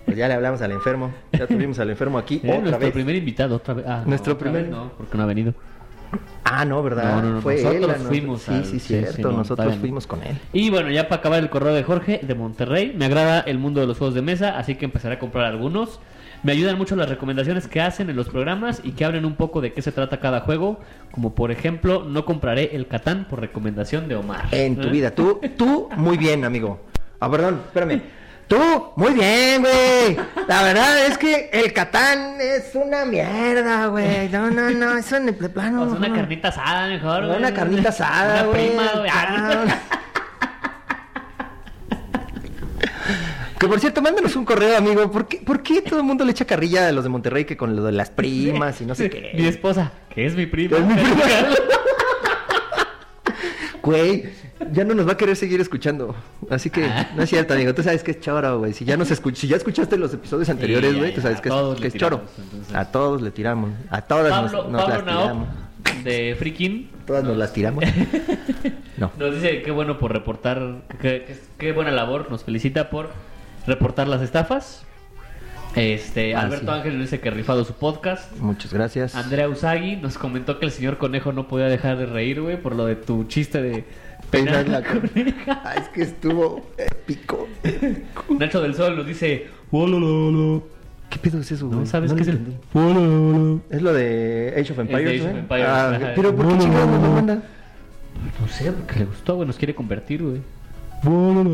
Pues ya le hablamos al enfermo. Ya tuvimos al enfermo aquí.
Eh,
otra
nuestro
vez.
primer invitado, otra vez. Ah, no,
Nuestro
otra
primer-
vez no, porque no ha venido.
Ah, no, ¿verdad?
No, no, no,
Fue él,
nosotros
a nos-
fuimos
Sí,
al-
sí,
sí, sí,
cierto.
no, está
nosotros
bien.
fuimos con él.
Y bueno, ya para acabar el correo de Jorge de Monterrey, me agrada el mundo de los juegos de mesa, así que empezaré a comprar algunos. Me ayudan mucho las recomendaciones que hacen en los programas y que hablen un poco de qué se trata cada juego, como por ejemplo, no compraré el Catán por recomendación de Omar.
En tu
¿Eh?
vida. Tú, tú, muy bien, amigo. Ah, perdón, espérame. Tú, muy bien, güey. La verdad es que el Catán es una mierda, güey. No, no, no, eso ni de plano.
O sea, una
no.
carnita asada mejor.
Una
güey.
carnita asada,
Una
güey.
prima, güey.
Ah, una- Que por cierto, mándanos un correo, amigo. ¿Por qué, ¿Por qué todo el mundo le echa carrilla a los de Monterrey que con lo de las primas y no sé qué?
Mi esposa, que es mi prima.
Es mi prima. Güey, ya no nos va a querer seguir escuchando. Así que
Ah.
no es cierto, amigo. Tú sabes que es choro, güey. Si ya nos escuch- si ya escuchaste los episodios anteriores,
ya,
güey,
ya,
tú sabes
a
que es,
todos
que
le
es choro.
tiramos, entonces.
A todos le tiramos. A todas
Pablo,
nos, nos
Pablo
las
Naop,
tiramos.
de Freaking,
Todas nos las tiramos. No.
Nos dice qué bueno por reportar, qué, qué- qué buena labor, nos felicita por reportar las estafas. Este,
Ah,
Alberto
sí.
Ángel nos dice que ha rifado su podcast.
Muchas gracias.
Andrea Usagi nos comentó que el señor conejo no podía dejar de reír, güey, por lo de tu chiste de
Peinar
peinar
la
la coneja.
Ah, es que estuvo épico.
Nacho del Sol nos dice, "Wolololo".
¿Qué pedo es eso, güey?
¿no sabes
No
qué
lo
es el
entendí.
Wolololo?
Es lo de Age of Empires,
Age of
güey.
Empires,
Ah,
ajá.
pero ¿por qué chingados no lo mandan?
"Pues, No sé, porque le gustó, güey, nos quiere convertir, güey. Wolololo,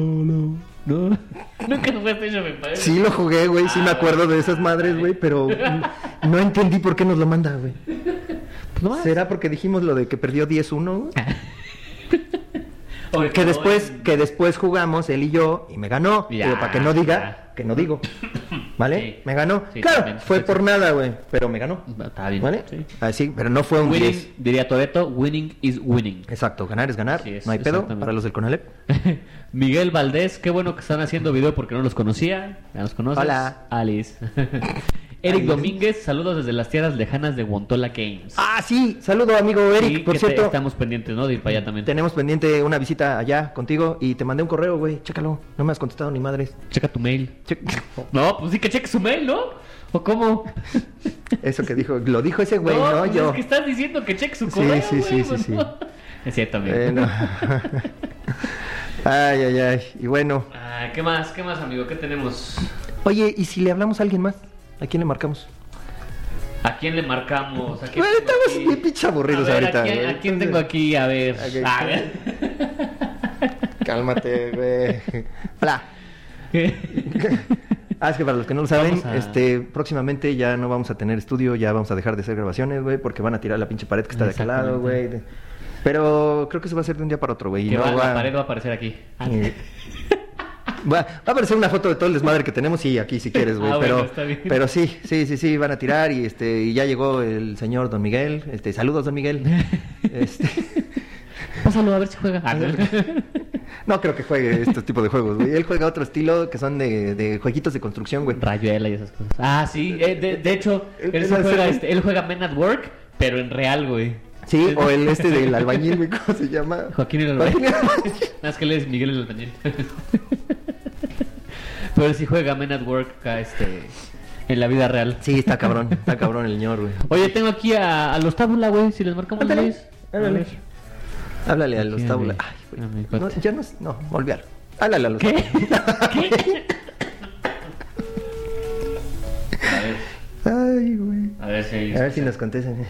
¿no? Nunca jugué PlayStation me parece.
Sí lo jugué, güey, sí me acuerdo de esas madres, güey, pero
Ah.
no entendí por qué nos lo manda, güey.
No más.
¿Será porque dijimos lo de que perdió 10-1? güey?
Oye,
Que
Ah, no,
después,
en-
que después jugamos él y yo y me ganó.
Ya,
Digo, para que no diga,
ya.
que no digo. ¿Vale?
Sí.
Me ganó.
Sí,
claro,
totalmente,
fue
sí,
por nada, güey, pero me ganó.
Está bien.
¿Vale?
sí.
Así, pero no fue un 10.
Winning, diría Toreto, winning is winning.
Exacto, ganar es ganar.
Así es,
no hay pedo
exactamente.
para los del Conalep.
Miguel Valdés, qué bueno que están haciendo video porque no los conocía. Ya los conoces.
Hola.
Alice. Eric
Alice.
Domínguez, saludos desde las tierras lejanas de Guantola Games.
Ah, sí, saludo amigo Eric,
Sí,
por
que te-
cierto.
estamos pendientes, ¿no? De ir para allá también.
Tenemos pendiente una visita allá contigo y te mandé un correo, güey. Chécalo, no me has contestado ni madres.
Checa tu mail.
Che-
No, pues sí que cheque su mail, ¿no? ¿O cómo?
Eso que dijo, lo dijo ese güey, no,
pues
yo.
Es que estás diciendo que cheque su
Sí,
correo,
sí, sí,
güey,
sí,
pues,
sí.
no. Es cierto, amigo.
Eh, no. ay, ay, ay. Y bueno,
Ah, ¿Qué más? ¿Qué más, amigo? ¿Qué tenemos?
oye, ¿y si le hablamos a alguien más? ¿A quién le marcamos?
¿A quién le marcamos? ¿A quién
Bueno,
tengo
estamos
aquí?
bien pinche aburridos
A ver,
ahorita,
¿A quién,
güey.
a quién tengo aquí? A ver.
Ok.
A ver.
Cálmate, güey. Hola. Ah, es que para los que no lo saben,
Vamos a-
este, próximamente ya no vamos a tener estudio, ya vamos a dejar de hacer grabaciones, güey, porque van a tirar la pinche pared que está de aquel lado, güey.
Exactamente.
Pero creo que eso va a ser de un día para otro, güey. y
Que
no
va,
va-
la pared va a aparecer aquí.
Eh, Va, va a aparecer una foto de todo el desmadre que tenemos y aquí si quieres, güey.
Ah, bueno,
pero,
está bien.
pero sí, sí, sí, sí, van a tirar y este y ya llegó el señor Don Miguel. Este, saludos, Don Miguel. Este,
Pásalo a ver si juega.
no creo que juegue este tipo de juegos, güey. Él juega otro estilo que son de, de jueguitos de construcción, güey.
Rayuela y esas cosas. Ah, sí. eh, de, de hecho,
Él-
él,
él
se
hace-
juega, este, él juega Men at Work, pero en real, güey.
Sí, o el este del albañil, güey, ¿cómo se llama?
Joaquín el Albañil.
Joaquín el Albañil.
Nada más que él es Miguel el Albañil. pero sí juega Men at Work acá, este, en la vida real.
Sí, está cabrón, está cabrón el señor, güey.
Oye, tengo aquí a, a los tábula, güey. Si les marcamos
Ándale,
Luis. A
ándale.
ver.
Háblale a
Aquí
los
a
tablas.
mi-
Ay, güey.
a mi
No,
cuate.
ya no, sé- no, olvidar. Háblale a los
¿Qué?
¿Qué?
A ver,
Ay, güey.
a ver si.
A ver si nos contestan.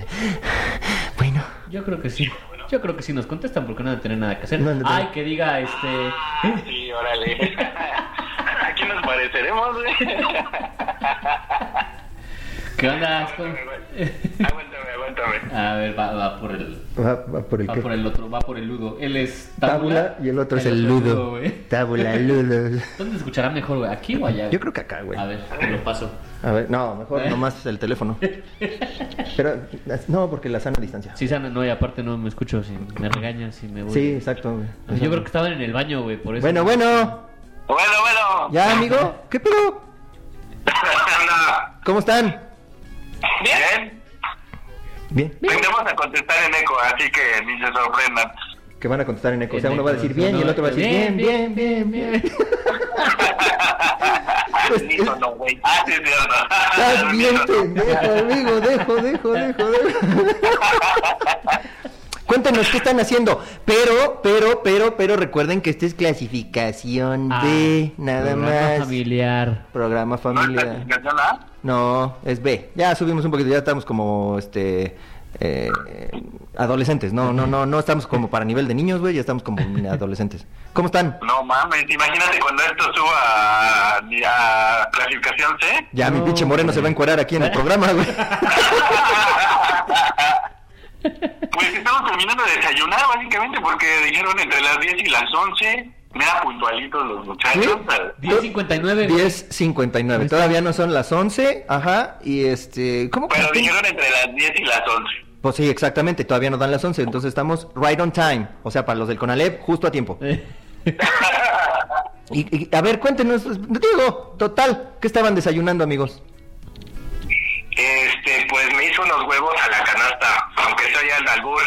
Bueno,
Yo creo que sí. Yo creo que sí nos contestan porque no van a tener nada que hacer.
No, no, no.
Ay, que diga este.
Ah, sí, órale. Aquí nos pareceremos, güey.
¿Qué onda? Asco?
Aguántame, aguántame.
A ver, va, va por el.
va, va por el
Va
qué?
por el otro, va por el ludo. Él es
Tábula
tábula.
y el otro es el ludo.
güey.
Tábula, ludo.
¿Dónde escuchará mejor, güey? ¿Aquí o allá?
Yo creo que acá, güey.
A ver, ¿Eh? te lo paso.
A ver, no, mejor nomás el teléfono. Pero, no, porque la sana distancia.
Sí, sana, no, y aparte no me escucho. Si me regañan, si me voy.
Sí, exacto. güey.
Yo creo que estaban en el baño, güey, por eso.
Bueno, bueno.
Bueno, bueno.
Ya, amigo. ¿Qué pedo?
No.
¿Cómo están?
Bien.
Bien.
Tendemos a contestar en eco, así que ni se sorprendan.
Que van a contestar en eco. O sea,
En
uno va a
eco,
decir bien y el
uno
otro va a decir bien, bien, bien, bien.
Unísono, güey. Ah, sí, es cierto.
Estás bien
Unísono.
pendejo, amigo. Dejo, dejo, dejo, dejo. Cuéntenos qué están haciendo. Pero, pero, pero, pero recuerden que esta es clasificación
Ah,
B, nada
programa
más.
familiar.
Programa
¿No es
familiar.
clasificación A?
No, es B. Ya subimos un poquito, ya estamos como este eh, adolescentes. No, no, no, no estamos como para nivel de niños, güey, ya estamos como adolescentes. ¿Cómo están?
No mames, imagínate cuando esto suba a, a clasificación C.
Ya mi
No,
pinche moreno
güey.
se va a encuadrar aquí en el programa, güey.
Pues estamos terminando de desayunar, básicamente, porque dijeron entre las 10 y las 11. Mira, puntualitos los muchachos.
¿Sí?
10.59.
10.59. Todavía no son las 11, ajá, y este, ¿cómo que
Pero
estén?
dijeron entre las 10 y las 11.
Pues sí, exactamente, todavía no dan las 11, entonces estamos right on time, o sea, para los del Conalep, justo a tiempo. Y, y, a ver, cuéntenos, pues, digo, total, ¿qué estaban desayunando, amigos?
Este, pues me hizo unos huevos a la canasta, aunque soy al albur.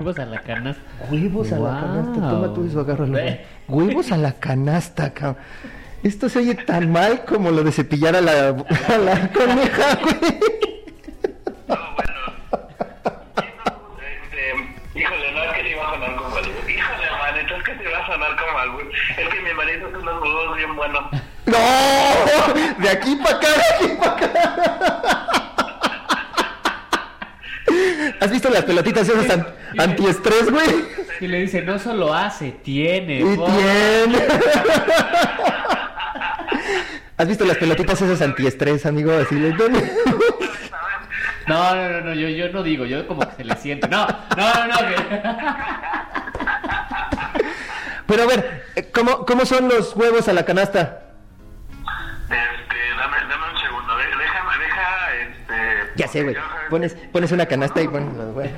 Huevos a la canasta.
Huevos a la
Wow.
canasta, toma tú eso, agárralo. güey.
Eh.
Huevos a la canasta, cabrón. Esto se oye tan mal como lo de cepillar a la, a la coneja, güey.
Este, híjole, no, es que sí va a sonar como albur. Híjole, manito, es que sí va a sonar como albur. Es que mi marido hace unos huevos bien buenos.
¡No! De aquí para acá, de aquí para acá. ¿Has visto las pelotitas esas an- antiestrés, güey?
Y le dice, no solo hace, tiene.
Y
por-
tiene. ¿Has visto las pelotitas esas antiestrés, amigo? Así de...
No, no, no, no, yo, yo no digo, yo como que se le siente. No, no, no, no. que-
Pero a ver, ¿cómo, ¿cómo son los huevos a la canasta?
Este, dame, dame un segundo. de- Deja, deja, este.
Ya sé, güey.
porque yo-
Pones, pones una canasta y pones los huevos.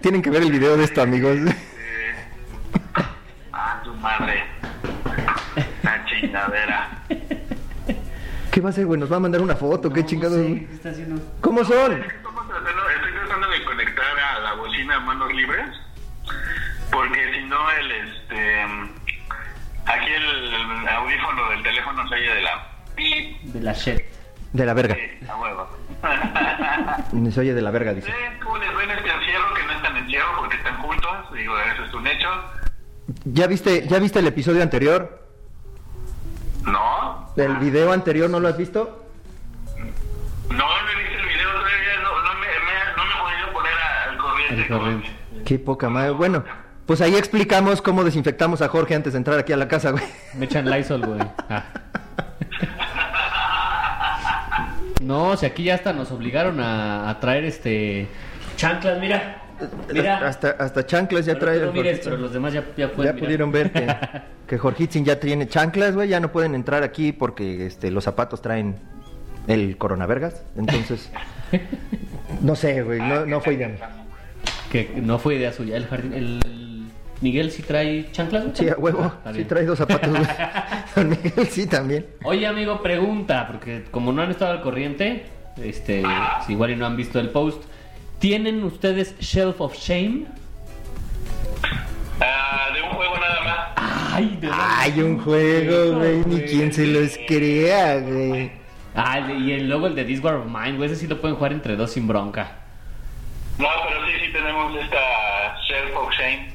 Tienen que ver el video de esto, amigos.
Eh, ah, tu madre. La chingadera.
¿Qué va a hacer, güey? ¿Nos va a mandar una foto? ¿Qué chingados?
No sé,
güey?
¿qué está haciendo?
¿Cómo son?
Estamos tratando- Estoy tratando de conectar a la bocina a manos libres. Porque si no, el este. Aquí el audífono del teléfono se oye de la. ¡Pip!
De la shit.
De la verga.
Sí, a huevo.
Se oye de la verga, dice.
Sí, ¿Cómo les ven este encierro que no están encierro porque están juntos? Digo, eso es un hecho.
¿Ya viste, ¿Ya viste el episodio anterior?
No,
¿El video anterior no lo has visto?
no, no he visto el video todavía, no, no me, me- no me he podido poner a- al corriente.
Al corriente.
Qué poca madre. Bueno, pues ahí explicamos cómo desinfectamos a Jorge antes de entrar aquí a la casa, güey.
Me echan Lysol, güey. Ah. No, si aquí ya hasta nos obligaron a, a traer este. Chanclas, mira. Mira.
Hasta, hasta chanclas ya
Pero
trae
tú no
el
mires,
Jorgitsin.
pero los demás ya, ya
Ya
pueden mirar.
pudieron ver que, que Jorgitsin ya tiene chanclas, güey. Ya no pueden entrar aquí porque este, los zapatos traen el coronavergas. Entonces, no sé, güey. No, no fue idea. mía.
Que no fue idea suya. El jardín. El... Miguel sí trae chanclas. güey?
Sí, a huevo.
Ah, está
Sí
bien.
trae dos zapatos, güey. Don Miguel sí también.
Oye, amigo, pregunta, porque como no han estado al corriente, este, si igual y no han visto el post, ¿tienen ustedes Shelf of Shame?
Ah, de un juego nada más.
Ay, de verdad.
Ay, un juego, güey. Ni
güey.
quien se los crea, güey.
Ah, el de- y el logo, el de This War of Mine, güey, ese sí lo pueden jugar entre dos sin bronca.
No, pero sí, sí tenemos esta Shelf of Shame.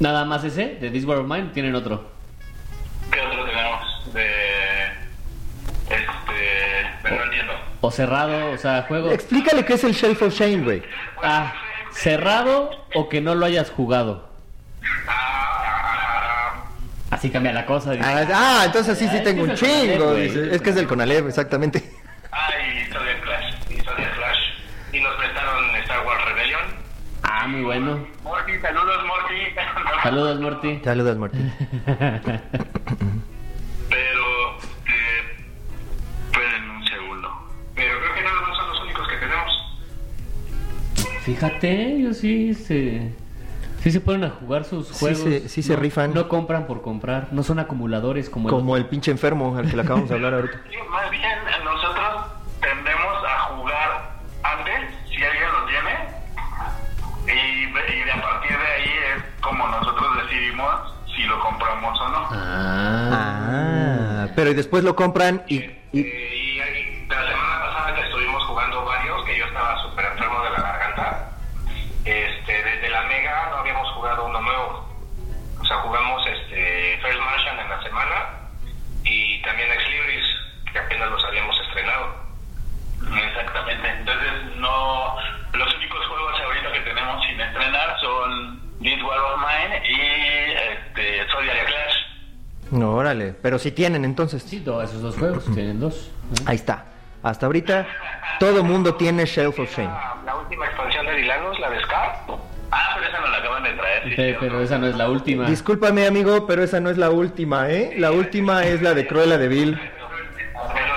Nada más ese, de This War of Mine, tienen otro.
¿Qué otro tenemos? De. Este. Pero no entiendo.
O cerrado, o sea, juego.
Explícale qué es el Shelf of Shame, güey.
Ah, cerrado o que no lo hayas jugado.
Ah,
Así cambia la cosa. dice.
Ah, ah, entonces sí, sí
Es
tengo
que
un
es del Conalep,
chingo.
güey,
dice.
es del
Es que es del Conalep, exactamente.
Ay, historia Flash. Historia Flash. Y nos prestaron Star Wars Rebellion.
Ah, muy bueno.
Morty, saludos, Morty.
Saludos, Morty.
Saludos, Martín.
Pero, eh, esperen un segundo. Pero creo que nada más son los únicos que tenemos.
Fíjate, ellos sí se, sí se ponen a jugar sus juegos.
se- sí se
No-
rifan.
No compran por comprar, no son acumuladores como, el
Como el pinche enfermo al que le acabamos de hablar ahorita.
Sí, más bien, nosotros tendemos a jugar antes, si alguien lo tiene. Y, de- y de a partir de ahí es como nosotros decidimos si lo compramos o no.
Ah.
Ah, pero y después lo compran y, y-
Eh, y ahí, la semana pasada que estuvimos jugando varios, que yo estaba súper enfermo de la garganta, este, desde la Mega no habíamos jugado uno nuevo. O sea, jugamos este, First Martian en la semana y también Ex Libris, que apenas los habíamos estrenado. Exactamente. Entonces, no. Los únicos juegos ahorita que tenemos sin estrenar son This War of Mine y este, Soldier Clash.
no, órale, pero si tienen entonces.
Sí, do- esos dos juegos, tienen dos. ¿no?
Ahí está. Hasta ahorita todo mundo tiene Shelf of Shame.
La, Ah, la última expansión de Vilanos, la de Scar. Ah, pero esa no la acaban de traer. sí,
Pe-
sí.
Pero esa no es la última.
Discúlpame, amigo, pero esa no es la última, ¿eh? La última es la de Cruella de Vil.
Es la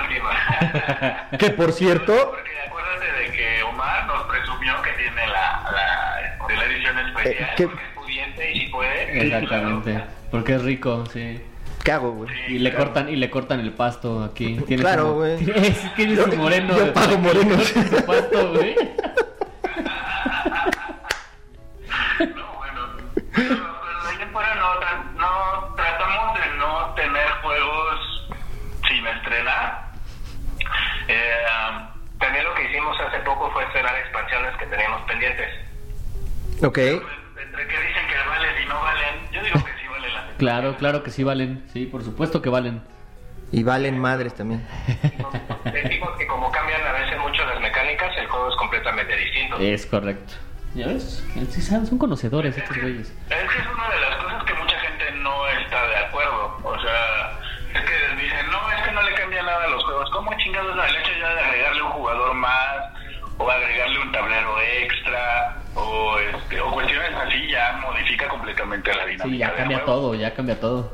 última.
Que por cierto,
Porque acuérdate de que Omar nos presumió que tiene la, la, este, la edición especial.
Eh, ¿qué?
Porque es pudiente y si puede.
Exactamente, porque es rico, sí.
¿qué hago, güey?
Y le cortan y le cortan el pasto aquí. Tiene
Claro,
como-
güey.
Es que eres
Yo-
un moreno.
yo pago morenos.
Le cortan su pasto, güey.
No, bueno. Pero, pero de ahí en fuera no, tra- no tratamos de no tener juegos sin estrenar. Eh, también lo que hicimos hace poco fue estrenar expansiones que teníamos pendientes.
Ok.
Entre que dicen que valen y no valen, yo digo que sí valen las
Claro, claro que sí valen. Sí, por supuesto que valen.
Y valen madres también.
expansiones. Decimos que como cambian a veces mucho las mecánicas, el juego es completamente distinto.
Es correcto. ¿Ya ves? Sí saben, son conocedores estos güeyes.
Es que es una de las cosas que mucha gente no, es- ¿cómo chingados? No, el hecho ya de agregarle un jugador más, o agregarle un tablero extra, o, este, o cuestiones así, ya modifica completamente la dinámica.
Sí, ya
del
cambia
juego.
todo, ya cambia todo.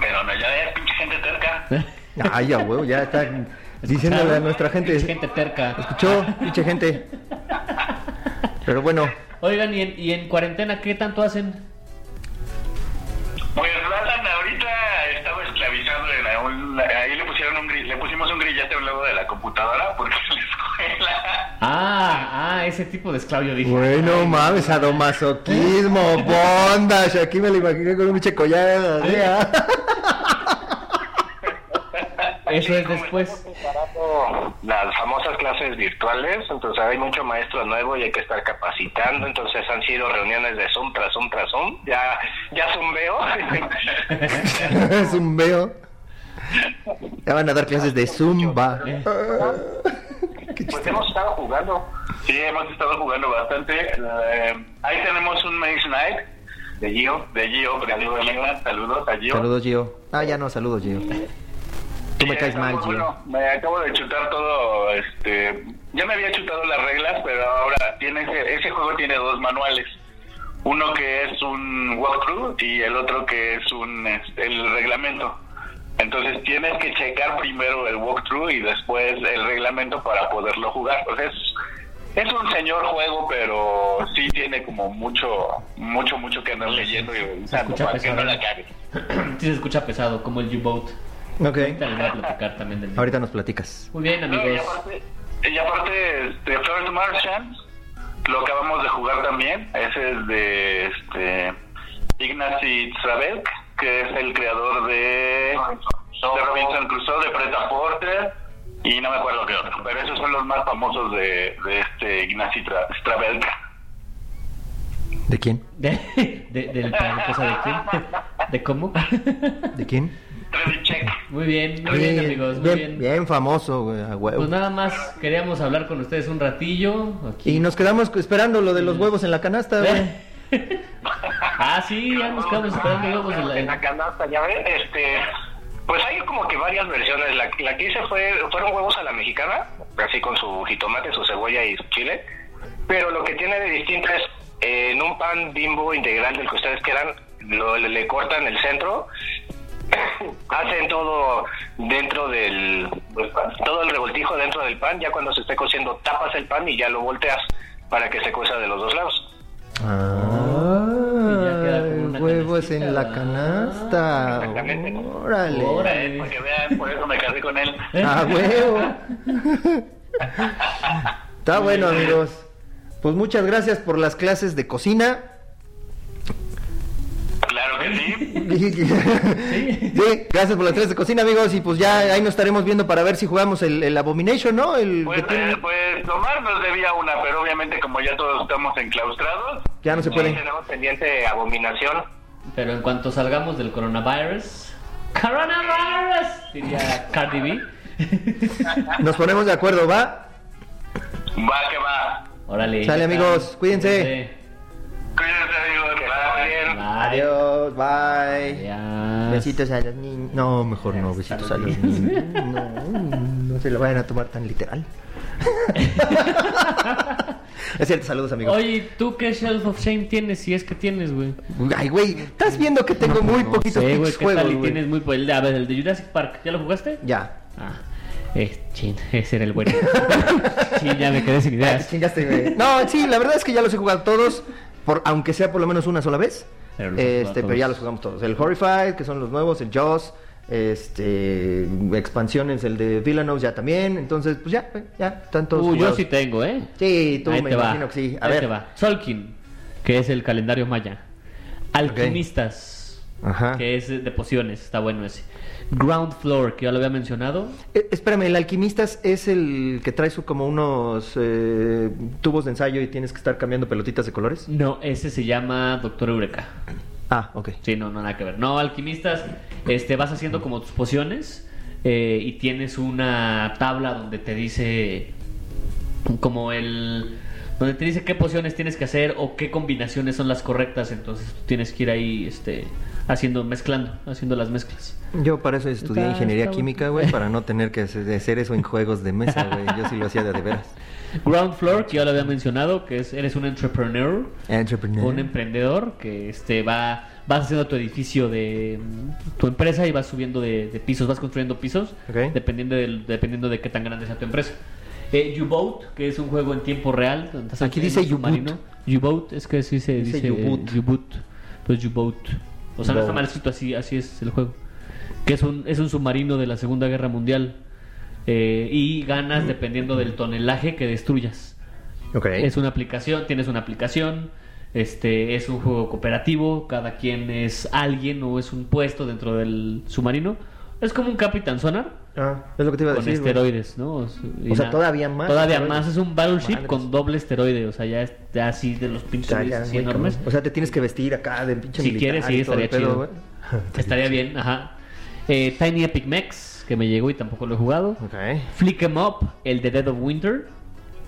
Pero no, ya es pinche gente terca.
¿Eh?
Ay, ya, huevo, ya está diciéndole a nuestra gente.
Pinche gente terca.
¿Escuchó? Pinche gente. Pero bueno,
Oigan, ¿y en, ¿y en cuarentena qué tanto hacen?
Pues Alan ahorita estaba esclavizado en la- un- ahí le pusieron un gri- le pusimos un grillete a un lado de la computadora porque en la escuela
Ah, ah, ese tipo de esclavo yo dije.
bueno, mames, sadomasoquismo, bondage. Aquí me lo imaginé con un pinche collar. así, ah.
Eso es
como
después.
estamos preparando las famosas clases virtuales, entonces hay mucho maestro nuevo y hay que estar capacitando, entonces han sido reuniones de Zoom tras Zoom tras Zoom, ya, ya Pues zumbeo.
Es un veo. Ya van a dar clases de zumba.
Pues hemos estado jugando. Sí, hemos estado jugando bastante. Eh, ahí tenemos un Maze Night de Gio, de Gio, saludos, saludos a Gio.
Saludos, Gio. Ah, ya no, saludos, Gio. Tú me
Sí,
caes mal,
estamos-
Gio.
bueno, me acabo de chutar todo, este, ya me había chutado las reglas, pero ahora tiene ese, ese juego tiene dos manuales. Uno que es un walkthrough y el otro que es un este, el reglamento. Entonces tienes que checar primero el walkthrough y después el reglamento para poderlo jugar. Pues es, es un señor juego, pero sí tiene como mucho, mucho, mucho que andar leyendo y revisando
escucha
para que no
pesado.
la cague.
Sí se escucha pesado, como el U-Boat. Ahorita
Ok.
les voy a platicar también del
Ahorita nos platicas.
Muy bien,
No, y
amigos.
aparte, y aparte este, First Martian, lo acabamos de jugar también. Ese es de este, Ignacy Travelk, que es el creador de, de Robinson Crusoe, de Preta Porter, y no me acuerdo qué otro. Pero esos son los más famosos de, de este Ignacy Tra- Travelk.
¿De quién?
De, de- del plan, cosa de quién. ¿De cómo?
¿De quién?
Travelcheck.
Muy bien, muy bien, amigos. Muy bien.
bien famoso, güey, a huevo.
Pues nada más queríamos hablar con ustedes un ratillo. Aquí.
Y nos quedamos esperando lo de los huevos en la canasta,
¿Eh?
güey.
ah, sí, ya nos quedamos esperando huevos en la-
Ah, en la canasta, ya ven, este, pues hay como que varias versiones. La, la que hice fue, fueron huevos a la mexicana, así con su jitomate, su cebolla y su chile. Pero lo que tiene de distinto es, eh, en un pan bimbo integral del que ustedes quieran, lo- le, le cortan el centro, hacen todo dentro del, todo el revoltijo dentro del pan, ya cuando se esté cociendo tapas el pan y ya lo volteas para que se cueza de los dos lados.
Y ya queda
Ah,
como una
huevos
canastita.
en la canasta.
Exactamente.
Órale.
Órale.
Eh, Para que vean, por eso me casé con él.
A huevo. Está bueno, amigos. Pues muchas gracias por las clases de cocina.
Claro que sí.
Sí, gracias por las clases de cocina, amigos. Y pues ya ahí nos estaremos viendo para ver si jugamos el, el Abomination, ¿no? El
Pues,
que tiene-
eh, pues Omar nos debía una, pero obviamente como ya todos estamos enclaustrados,
Ya no se
sí
puede.
Tenemos pendiente abominación.
Pero en cuanto salgamos del coronavirus. ¡Coronavirus! Diría Cardi B.
Nos ponemos de acuerdo, ¿va?
Va que va.
Órale.
Sale,
ya
amigos,
están.
cuídense.
Cuídense, amigos. Que va bien.
Adiós.
Adiós, bye.
Adiós.
Besitos a los niños. No, mejor no, besitos a los niños. No, no se lo vayan a tomar tan literal. es cierto, saludos, amigos.
Oye, ¿tú qué Shelf of Shame tienes? Si es que tienes, güey.
Ay, güey, estás viendo que tengo muy poquitos
Sí, pues güey,
pinches
¿qué tal?
juegos,
Y
güey.
tienes muy... po- el de- A ver, el de Jurassic Park. ¿Ya lo jugaste?
Ya.
Ah, eh, chin, ese era el bueno. chin, ya me quedé sin
Ah,
ideas.
te chingaste, güey. No, sí, la verdad es que ya los he jugado todos, por, aunque sea por lo menos una sola vez.
Pero los he jugado
este, pero ya
todos.
los jugamos todos. El Horrified, que son los nuevos, el Jaws, este, expansiones, el de Villanos ya también. Entonces, pues ya, güey, ya, están todos
Uh, yo
jugados.
sí tengo, ¿eh?
Sí, tú
Ahí
me
te va.
imagino que sí. A
Ahí
ver.
te va. Solkin, que es el calendario maya. Alquimistas,
Ajá.
que es de pociones, está bueno ese. Ground Floor, que ya lo había mencionado.
Eh, espérame, el Alquimistas es el que trae su como unos eh, tubos de ensayo y tienes que estar cambiando pelotitas de colores.
No, ese se llama Doctor Eureka.
Ah, ok.
Sí, no, no, nada que ver. No, alquimistas, este, vas haciendo como tus pociones eh, y tienes una tabla donde te dice como el... Donde te dice qué pociones tienes que hacer o qué combinaciones son las correctas, entonces tú tienes que ir ahí este, haciendo, mezclando, haciendo las mezclas.
Yo para eso estudié
Está-
ingeniería
está
química,
bueno.
güey, para no tener que hacer hacer eso en juegos de mesa, güey. Eh, Yo sí lo hacía de, de veras.
Ground Floor, que ya lo había mencionado, que es eres un entrepreneur,
Entrepreneur.
un emprendedor que este va vas haciendo tu edificio de mm, tu empresa y vas subiendo de, de pisos, vas construyendo pisos,
Ok.
dependiendo del- dependiendo de qué tan grande sea tu empresa. Eh, U-Boat, que es un juego en tiempo real. donde estás
Aquí
en
dice
un submarino. U-Boat, es que sí se
Dice
dice
U-Boot.
U-Boot. Pues U-Boat. O sea, no está
Boat.
mal escrito, así, así es el juego. Que es un, es un submarino de la Segunda Guerra Mundial. Eh, y
Mm.
ganas dependiendo del tonelaje que destruyas.
Ok.
Es una aplicación, tienes una aplicación, este es un juego cooperativo, cada quien es alguien o es un puesto dentro del submarino. Es como un Capitán Sonar
Ah, es lo que te iba a
con
decir. güey.
esteroides, ¿no? O sea, y
O sea,
nada.
todavía más
Todavía
esteroides.
más es un battleship
Madres.
con doble esteroide, o sea, ya es ya así de los pinches
Está Ah, ya,
así
güey,
enormes.
cabrón. O sea, te tienes que vestir acá de pinche
Si
militar
quieres, sí,
y todo el
estaría
pedo,
chido.
güey.
Estaría bien, ajá. Eh, Tiny Epic Max, que me llegó y tampoco lo he jugado.
Ok.
Flick 'em Up, el de Dead of Winter,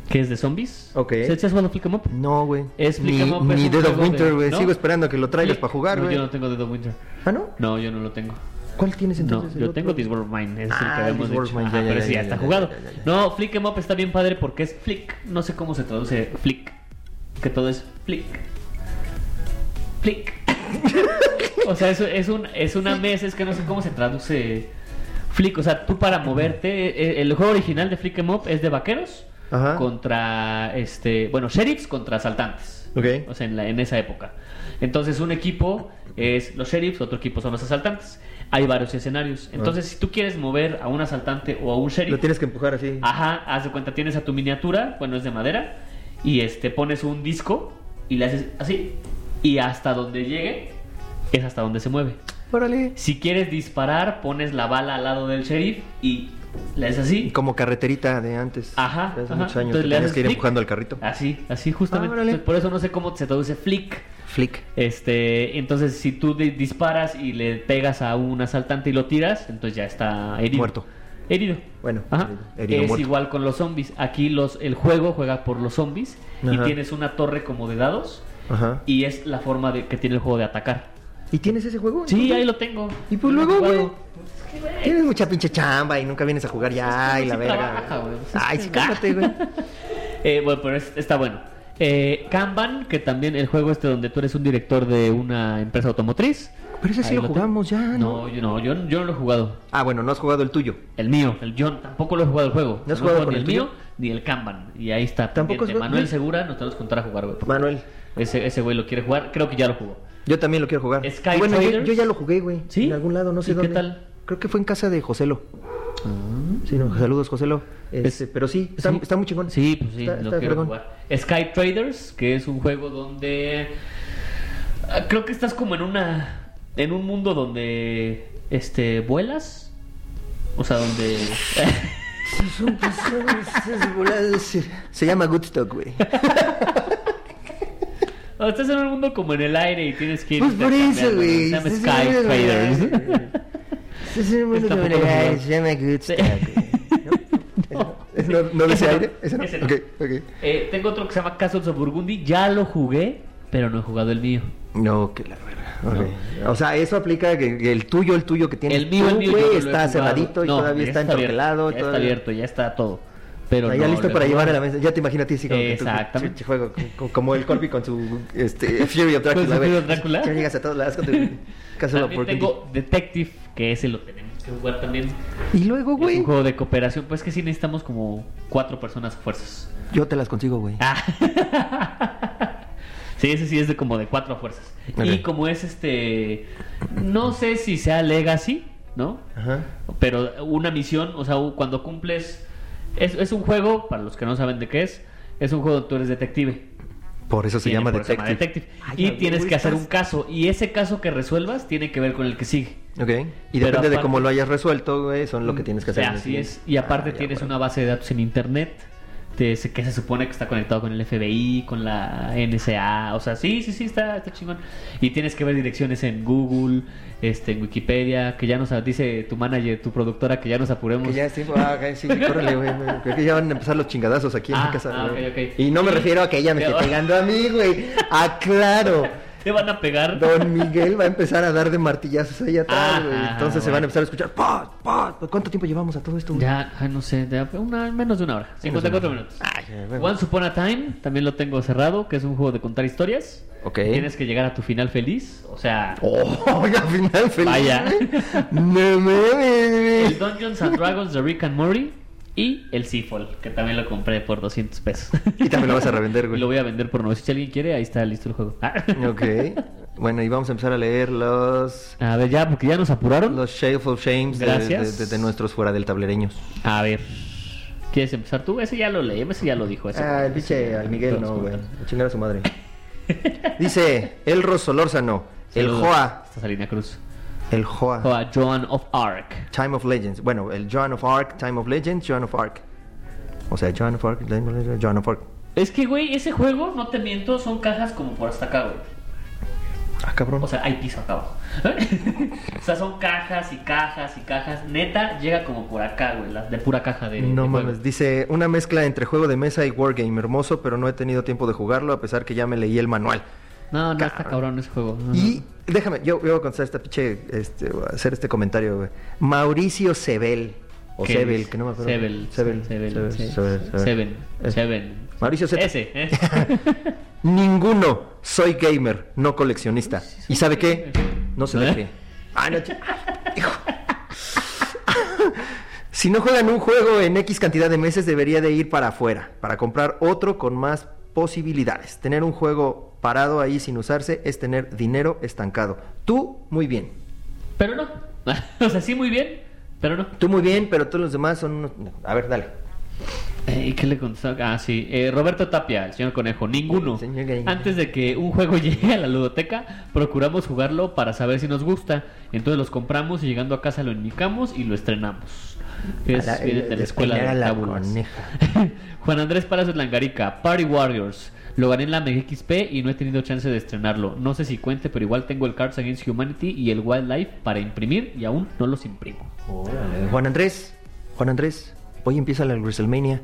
que es de zombies.
Ok.
¿Sí- sí has jugado Flick 'em Up?
No, güey.
Es
Ni,
Flickr Mob, es
ni
pues, un
Dead of
juego de-
Winter, güey.
¿no?
Sigo esperando que lo traigas
Sí.
para jugar,
No,
güey.
yo no tengo Dead of Winter.
¿Ah, no?
No, yo no lo tengo.
¿Cuál tienes entonces?
no,
el
yo
otro?
tengo This World of Mine, es el
Ah,
que habíamos
This War of
dicho.
Mine,
Ajá,
ya, ya,
pero
ya,
ese ya,
ya,
está
ya,
jugado.
ya, ya, ya.
No, Flick em Up está bien padre porque es flick. No sé cómo se traduce flick. Que todo es flick. Flick. o sea, eso es, un, es una mesa, es que no sé cómo se traduce flick. O sea, tú para moverte, eh, eh, el juego original de Flick em Up es de vaqueros
Ajá.
contra, este, bueno, sheriffs contra asaltantes.
Ok.
O sea, en, la- en esa época. Entonces, un equipo es los sheriffs, otro equipo son los asaltantes. Hay varios escenarios. Entonces, si tú quieres mover a un asaltante o a un sheriff,
Ah. Lo tienes que empujar así.
ajá, haz de cuenta, tienes a tu miniatura, bueno, es de madera, y este pones un disco y le haces así. Y hasta donde llegue, es hasta donde se mueve.
Órale.
Si quieres disparar, pones la bala al lado del sheriff y le haces así.
Como carreterita de antes.
Ajá.
De Hace
ajá.
muchos años.
Entonces
que
le
tenías
haces
que ir
flick.
empujando al carrito.
Así, así justamente.
Ah, órale.
Entonces, por eso no sé cómo se traduce flick.
Flick.
Este, entonces si tú di- disparas y le pegas a un asaltante y lo tiras, entonces ya está herido.
Muerto.
Herido.
Bueno,
Ajá.
herido,
es
muerto.
igual con los zombies. Aquí los el juego juega por los zombies
Ajá.
y tienes una torre como de dados
Ajá.
y es la forma de, que tiene el juego de atacar.
¿Y tienes ese juego?
Sí, ahí lo tengo.
Y pues
Lo he
luego,
jugado.
güey. Tienes mucha pinche chamba y nunca vienes a jugar ya
Pues Es que uno
y la
sí
verga.
trabaja,
güey.
güey. Pues es
Ay,
que-
sí, cálmate, güey.
Eh, bueno, pero es- está bueno. Eh, Kanban, que también el juego este donde tú eres un director de una empresa automotriz.
Pero ese sí
Ahí
lo
tengo.
jugamos ya, ¿no?
No, yo no, yo, yo no lo he jugado.
Ah, bueno, no has jugado el tuyo.
El mío, el John, tampoco lo he jugado el juego.
¿No has
he
jugado con
ni
el
el
tuyo?
mío ni el Kanban. Y ahí está.
Tampoco
pendiente.
has jugado-
Manuel
¿no?
Segura nos tenemos que contar a jugar, güey. porque
Manuel.
Ese, ese güey lo quiere jugar, creo que ya lo jugó.
Yo también lo quiero jugar. Ah,
Sky
bueno, yo,
Traders.
yo ya lo jugué, güey.
¿Sí?
En algún lado, no sé
¿Y qué
dónde.
tal? Ah.
Creo que fue en casa de Joselo. Sí, no, saludos, Joselo. Este,
Es-
pero sí está,
Sí.
está muy chingón.
Sí, pues sí,
Está-
lo
está
quiero
fregón.
jugar. Sky Traders, que es un juego donde ah, creo que estás como en una en un mundo donde este vuelas, o sea, donde
Son personas, esas voladas, se- Se llama Goodstock, güey.
o estás en un mundo como en el aire y tienes que ir
Pues por eso,
intercambiando,
güey.
Se llama
Estás
Sky
en el aire,
Traders.
güey. Estás en un mundo
Está
de
poco
voladas,
loco.
se llama Goodstock, güey. ¿No? ¿Ese ¿No, no
Ese
dice
no,
aire? ¿Ese no?
ese no.
Ok, ok.
Eh, tengo otro que se llama Castles of Burgundy, ya lo jugué, pero no he jugado el mío.
No, que la verga. Ok. O sea, eso aplica que que el tuyo, el tuyo que tienes
El mío,
tú,
el mío yo
güey,
no lo he
está
jugado.
cerradito y
No,
todavía
ya
está
abierto,
entroquelado.
Ya está
todavía-
abierto, ya está todo. Pero
Está ya
no
listo
lo he
para llevar a
jugado.
la mesa. Ya te imagino a ti así como que tu
Exactamente.
pinche juego, co- co- como el Corby con su este, Fury of
Con
Drácula.
su
güey.
Fury of Drácula.
Ya llegas a todos lados con tu Castle of
También tengo Detective, que ese lo tenemos que jugar también.
Y luego,
Es
güey,
un juego de cooperación. Pues que sí necesitamos como cuatro personas a fuerzas.
yo te las consigo, güey.
Ah. sí, ese sí es de como de cuatro a fuerzas.
Ok.
Y como es este. No sé si sea Legacy, ¿no?
Ajá.
Pero una misión, o sea, cuando cumples. Es, es un juego, para los que no saben de qué es, es un juego donde tú eres detective.
Por eso se
Tiene
llama
por eso
Detective.
Detective.
Ay,
y
ya
tienes
vi,
que hacer
estás-
un caso. Y ese caso que resuelvas tiene que ver con el que sigue.
Ok. Y
Pero
depende de
aparte-
cómo lo hayas resuelto, güey, son lo que tienes que hacer. en el
Así es.
siguiente.
Y aparte
Ah, ya,
tienes
güey.
una base de datos en internet te- se- que se supone que está conectado con el FBI, con la NSA. O sea, sí, sí, sí, está, está chingón. Y tienes que ver direcciones en Google, este, en Wikipedia, que ya nos dice tu manager, tu productora, que ya nos apuremos.
Que ya es tiempo. Ah, ok, sí, córrele, güey. güey. Creo que ya van a empezar los chingadazos aquí en
Ah,
mi casa.
ah,
güey.
ok, ok.
Y no me
Sí.
refiero a que ella me esté
Pero-
pegando a mí, güey. Aclaro.
Te van a pegar.
Don Miguel va a empezar a dar de martillazos ahí atrás, güey.
Ajá,
Entonces se van
Ah, bueno.
a empezar a escuchar. ¡Pod, pod! ¿Cuánto tiempo llevamos a todo esto? güey?
Ya, ay, no sé, ya una- menos de una hora. 54 minutos.
Ay, eh, bueno.
Once Upon a Time, también lo tengo cerrado, que es un juego de contar historias.
Ok.
Tienes que llegar a tu final feliz. O sea,
¡Oh! Ya final feliz.
Vaya.
güey. ¡No mames!
el Dungeons and Dragons de Rick and Morty y el Seafall, que también lo compré por 200 pesos.
Y también lo vas a revender, güey.
lo voy a vender por 900. Si alguien quiere, ahí está listo el juego. Ah.
Ok. Bueno, y vamos a empezar a leer los.
A ver, ya, porque ya nos apuraron.
Los Shameful Shames de,
Gracias.
de- de- de nuestros fuera del tablereños.
A ver. ¿Quieres empezar tú? Ese ya lo leí, ese ya lo dijo. ese-
Ah, el pinche
ese-
al Miguel, no,
todos
güey.
comentan.
A Chingar a su madre. Dice Elros Solórzano, el
Saludos.
Joa,
Esta Salina Cruz.
el Joa,
Joa, Joan of Arc.
Time of Legends. Bueno, el Joan of Arc, Time of Legends, Joan of Arc. O sea, Joan of Arc, Time of Legends, Joan of Arc.
Es que, güey, ese juego, no te miento, son cajas como por hasta acá, güey.
Ah, cabrón.
O sea, hay piso acá abajo. o sea, son cajas y cajas y cajas. Neta, llega como por acá, güey. Las de pura caja de.
no
de juego.
mames, dice una mezcla entre juego de mesa y wargame hermoso, pero no he tenido tiempo de jugarlo a pesar que ya me leí el manual.
No, no está cabrón ese juego. No,
Y déjame, yo, yo voy a contestar esta pinche, este, voy a hacer este comentario, güey. Mauricio Sebel. O
¿Qué
Sebel,
dice?
que no me acuerdo.
Sebel,
Sebel.
Sebel,
Sebel,
sí.
Sebel, Sebel. Eh.
Seven,
Ese.
Seven.
Mauricio Sebel.
Ese, eh.
Ninguno. Soy gamer, no coleccionista. ¿Y sabe qué? No se
¿Eh?
deje. Ah, no, ch- hijo. Si no juegan un juego en X cantidad de meses, debería de ir para afuera, para comprar otro con más posibilidades. Tener un juego parado ahí sin usarse es tener dinero estancado. Tú, muy bien.
Pero no. o sea, sí, muy bien, pero no.
Tú muy bien, pero todos los demás son unos... no. A ver, dale.
Eh, ¿Y qué le contestó? Ah, sí. Eh, Roberto Tapia, el señor Conejo. Ninguno.
Señor Gallina.
Antes de que un juego llegue a la ludoteca, procuramos jugarlo para saber si nos gusta. Entonces los compramos y llegando a casa lo enmicamos y lo estrenamos. Es,
A la-
viene de la
de
escuela
estrenar
de
a la
tábulas.
coneja.
Juan Andrés Palacios Langarica, Party Warriors. Lo gané en la MXP y no he tenido chance de estrenarlo. No sé si cuente, pero igual tengo el Cards Against Humanity y el Wildlife para imprimir y aún no los imprimo.
Eh, Juan Andrés, Juan Andrés, hoy empieza la WrestleMania.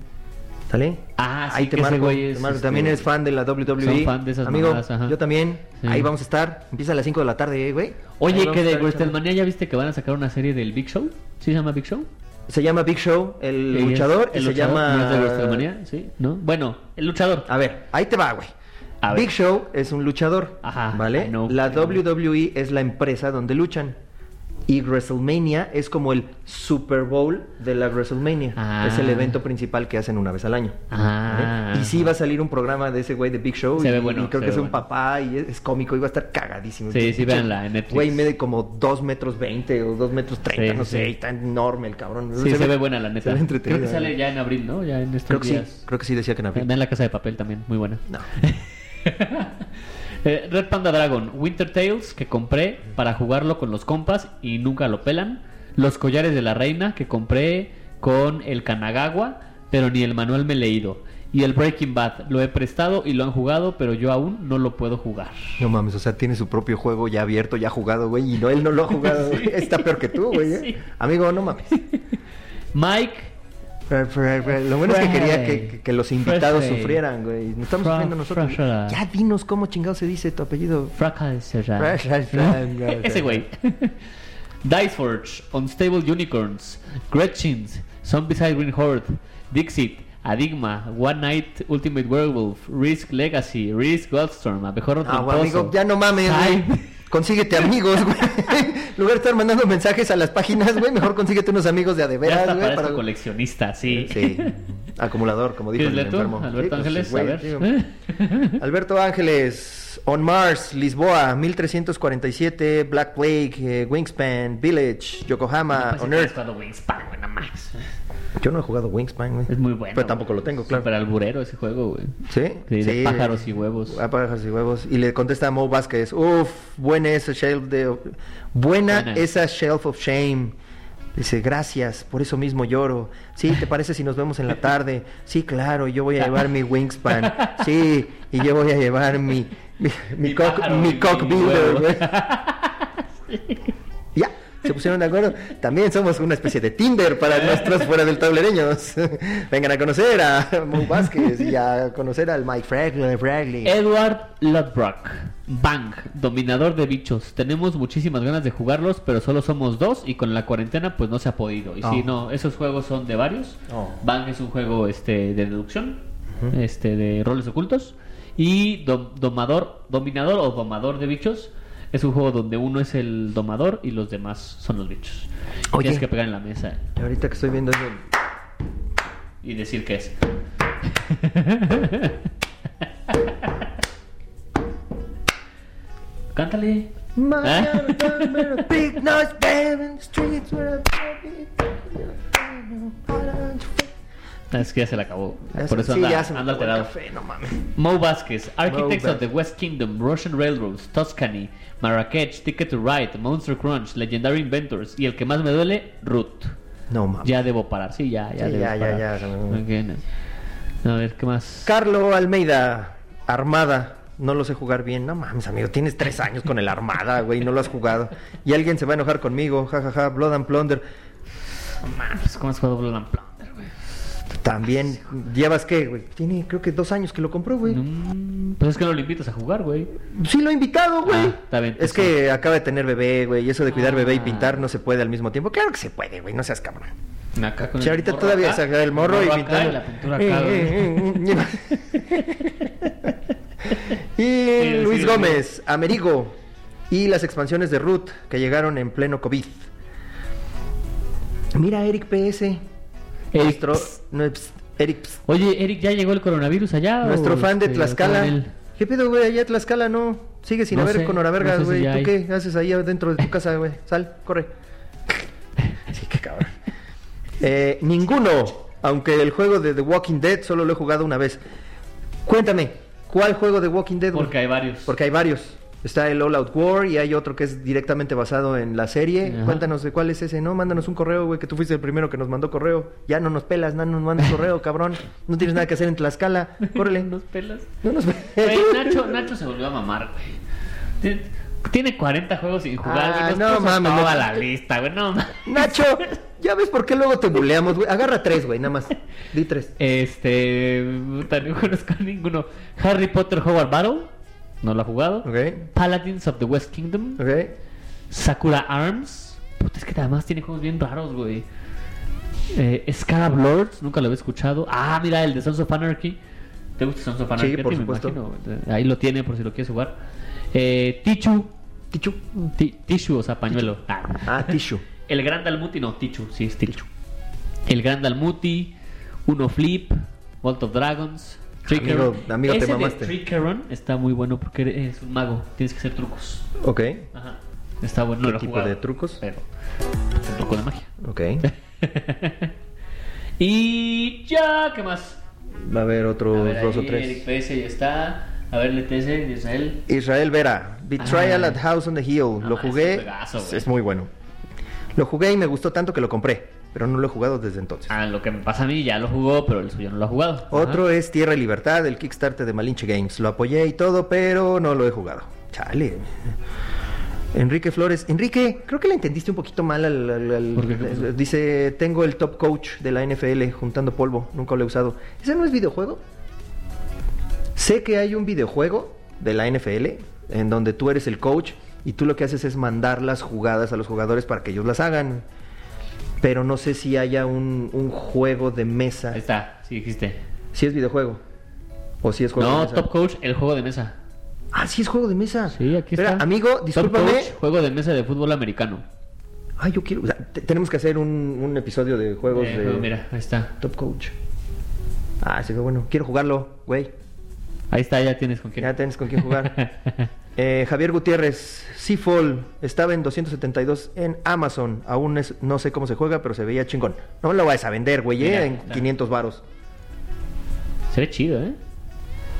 ¿Sale?
Ah, sí,
Ahí te
que ese
marco.
güey es,
te marco.
este,
También eres fan de la WWE.
son fan de esas
Amigo,
mamadas, ajá.
yo también.
Sí.
Ahí vamos a estar. Empieza a las 5 de la tarde, eh, güey. Ahí
Oye,
vamos
que
a
de
estar
WrestleMania ya viste que van a sacar una serie del Big Show. ¿Sí se llama Big Show?
echando- Se llama Big Show, el
Sí, es-
luchador, y
el
se
luchador,
llama...
¿no es de WrestleMania? Sí, ¿no? Bueno, el luchador.
A ver, ahí te va, güey.
A ver.
Big Show es un luchador,
Ajá,
¿vale?
I know, I
la
know.
WWE es la empresa donde luchan. Y WrestleMania es como el Super Bowl de la WrestleMania.
Ah.
Es el evento principal que hacen una vez al año.
Ah.
¿vale? Y sí va a salir un programa de ese güey de Big Show.
Se
y,
ve bueno,
y creo
se
que
ve
es un
bueno.
papá y es, es cómico y va a estar cagadísimo.
Sí, sí, véanla en Netflix.
Güey, mide como 2 metros 20 o 2 metros 30,
Sí,
no
sí.
sé. Y está enorme el cabrón.
Sí, se, ve buena la neta.
Se ve
Creo
entretenida. eh.
que sale ya en abril, ¿no? Ya en estos
Creo que sí,
días.
creo que sí decía que en abril.
Vean la casa de papel también, muy buena.
No.
Eh, Red Panda Dragon, Winter Tales, que compré para jugarlo con los compas y nunca lo pelan. Los collares de la reina, que compré con el Kanagawa, pero ni el manual me he leído. Y el Breaking Bad, lo he prestado y lo han jugado, pero yo aún no lo puedo jugar.
No mames, o sea, tiene su propio juego ya abierto, ya jugado, güey, y no, él no lo ha jugado, güey. Está peor que tú, güey. ¿eh?
Sí.
Amigo, no mames.
Mike,
Pero, pero, pero, Lo bueno es que quería que, que- que los invitados
Frase.
sufrieran, güey. Nos estamos
Fra-
sufriendo nosotros.
frase.
Ya dinos cómo chingado se dice tu apellido.
Fraca de Serra.
Fraca de Serra.
¿No? Ese güey. Diceforge, Unstable Unicorns, Gretchens, Zombies Green Horde, Dixit, Adigma, One Night Ultimate Werewolf, Risk Legacy, Risk Goldstorm, Abejorro
Ah,
Tramposo.
güey, amigo, ya no mames,
Ay.
güey. Consíguete amigos, güey. En lugar de estar mandando mensajes a las páginas, güey, mejor consíguete unos amigos de
Ya
adeveras,
está
güey.
para esto coleccionista, sí.
Sí. Acumulador, como dijo
¿Quieres
el
leer tú,
enfermo.
Alberto
Sí, pues,
Ángeles?
güey, Ah,
A ver.
tío. Alberto Ángeles, On Mars, Lisboa, 1347, Black Plague, eh, Wingspan, Village, Yokohama,
Pues,
On
si
Earth.
has jugado Wingspan, güey, no mames.
Yo no he jugado Wingspan, güey.
Es muy bueno.
Pero tampoco lo tengo, claro.
Para alburero ese juego, güey.
¿Sí?
Sí, de pájaros y huevos.
Ah, pájaros y huevos. Y le contesta a Mo Vázquez, uff, buena esa shelf de... Buena,
Buena.
esa shelf of shame. Dice, gracias, por eso mismo lloro. Sí, ¿te parece si nos vemos en la tarde? Sí, claro, yo voy a llevar mi wingspan. Sí, y yo voy a llevar mi... Mi, mi
Mi
cock,
pájaro
mi
y mi
cock builder,
huevo.
güey. Ya, se pusieron de acuerdo. También somos una especie de Tinder para nuestros fuera del tablereños. Vengan a conocer a Mo Vázquez y a conocer al Mike Fragley. Fragley.
Edward Ludbrock. Bang, dominador de bichos. Tenemos muchísimas ganas de jugarlos, pero solo somos dos y con la cuarentena pues no se ha podido. Y
Oh.
sí, no, esos juegos son de varios.
Oh.
Bang es un juego este de deducción, este de roles ocultos y dom- domador, dominador o domador de bichos. Es un juego donde uno es el domador y los demás son los bichos. Y
Oye.
Tienes que pegar en la mesa
Ahorita que estoy viendo eso.
y decir qué es. Cántale. ¿Eh?
Big noise, band in the streets where I-
Es que ya se la acabó. Por eso
Sí,
anda,
ya se me
anda
acabó el
alterado.
café, no mames.
Mo Vázquez, Architects
Mo
of the West Kingdom, Russian Railroads, Tuscany, Marrakech, Ticket to Ride, Monster Crunch, Legendary Inventors y el que más me duele, Root.
No mames.
Ya debo parar, sí, ya, ya
Sí,
debo
ya, ya,
parar.
ya, se me-
Ok, no. A ver, ¿qué más?
Carlo Almeida, Armada. No lo sé jugar bien. No mames, amigo. Tienes tres años con el Armada, güey. No lo has jugado. Y alguien se va a enojar conmigo. jajaja, Blood and Plunder.
No mames, ¿Cómo has jugado Blood and Plunder, güey?
También. ¿Llevas qué, güey? Tiene, creo que dos años que lo compró, güey.
Mm, Pues es que no lo invitas a jugar, güey.
Sí lo he invitado, güey.
Ah, está bien, pues
es que acaba de tener bebé, güey. Y eso de cuidar bebé y
Ah.
pintar no se puede al mismo tiempo. Claro que se puede, güey. No seas cabrón.
Acá con
Si
el
ahorita
morro
todavía
acá,
saca el morro, y
acá
pintando. Eh,
y la pintura acá, güey.
y
Sí,
eh, Luis
sí,
Gómez, Amerigo. Y las expansiones de Ruth que llegaron en pleno COVID. Mira, Eric PS.
Eric,
nuestro,
pss.
no, pss, Eric, pss,
Oye, Eric, ¿ya llegó el coronavirus allá? o,
nuestro fan de
este, acá en
Tlaxcala.
el-
¿Qué pedo, güey? Allá Tlaxcala no. Sigue sin
No
haber
sé,
con vergas,
no sé si
güey.
ya
¿Tú
hay.
qué haces ahí adentro de tu casa, güey? Sal, corre. Sí, qué cabrón. Eh, ninguno. Aunque el juego de The Walking Dead solo lo he jugado una vez. Cuéntame, ¿cuál juego de Walking Dead? güey?
Porque hay varios.
Porque hay varios. Está el All Out War y hay otro que es directamente basado en la serie.
Ajá.
Cuéntanos de cuál es ese, ¿no? Mándanos un correo, güey, que tú fuiste el primero que nos mandó correo. Ya no nos pelas, no nos mandas correo, cabrón. No tienes nada que hacer en Tlaxcala. Córrele.
Unos pelas.
No nos
Güey, Nacho, Nacho se volvió a mamar, güey. Tien- Tiene 40 juegos sin jugar,
Ah,
güey. Nos
no
puso
mames,
Toda
no.
la lista, güey. No mames.
Nacho, ya ves por qué luego te buleamos, güey. Agarra tres, güey, nada más. Di tres.
Este. puta, No conozco a ninguno. Harry Potter Howard Battle. No lo ha jugado.
Ok,
Paladins of the West Kingdom.
ok.
Sakura Arms. Puta, es que además tiene juegos bien raros, güey. Eh, Scarab Lords, nunca lo había escuchado. Ah, mira, el de Sons of Anarchy. ¿Te gusta Sons of Anarchy? a ti,
por
me
supuesto.
imagino? Ahí lo tiene por si lo quieres jugar. Eh, Tichu.
Tichu.
Ti- Tichu, o sea, pañuelo. Ah.
Ah, Tichu.
El Gran Dalmuti, no, Tichu, sí, es Tichu. El Gran Dalmuti, Uno Flip, Vault of Dragons, Tricker.
Amigo- amigo, te
Ese
mamaste.
De Trickeron está muy bueno porque eres un mago, tienes que hacer trucos.
Ok.
Ajá. Está bueno.
¿Qué
lo he
tipo
jugado,
de trucos?
Pero es un truco de magia.
Ok.
y ya, ¿qué más?
Va a haber otros
A ver,
dos
ahí
o tres.
Eric PS ya está. A ver, LTS, Israel.
Israel Vera, Betrayal
Ah.
at House on the Hill.
No,
lo
es un
jugué.
juegazo, güey.
es muy bueno. Lo jugué y me gustó tanto que lo compré, pero no lo he jugado desde entonces.
Ah, lo que me pasa a mí ya lo jugó, pero el suyo no lo ha jugado. Ajá.
Otro es Tierra y Libertad, el Kickstarter de Malinche Games. Lo apoyé y todo, pero no lo he jugado. Chale. Enrique Flores. Enrique, creo que le entendiste un poquito mal al... al- al-
¿Por qué? ¿Qué pasó?
dice, tengo el top coach de la NFL juntando polvo. Nunca lo he usado. ¿Ese no es videojuego? Sé que hay un videojuego de la NFL en donde tú eres el coach y tú lo que haces es mandar las jugadas a los jugadores para que ellos las hagan. Pero no sé si haya un, un juego de mesa.
Ahí está, sí existe.
Si es videojuego. O si es juego de
No,
mesa.
Top Coach, el juego de mesa.
Ah, sí es juego de mesa.
Sí, aquí
Espera,
está.
Amigo, discúlpame.
Top Coach, juego de mesa de fútbol americano.
Ay, yo quiero. o sea, te- tenemos que hacer un, un episodio de juegos
Eh,
de
juego, Mira, ahí está.
Top Coach. Ah, se ve bueno. Quiero jugarlo, güey.
Ahí está, ya tienes con quién.
Ya tienes con quién jugar. Eh, Javier Gutiérrez, Seafall, estaba en 272 en Amazon. Aún es- no sé cómo se juega, pero se veía chingón. No lo vas a vender, güey, eh,
Mira,
en
está.
500 varos.
Sería chido, ¿eh?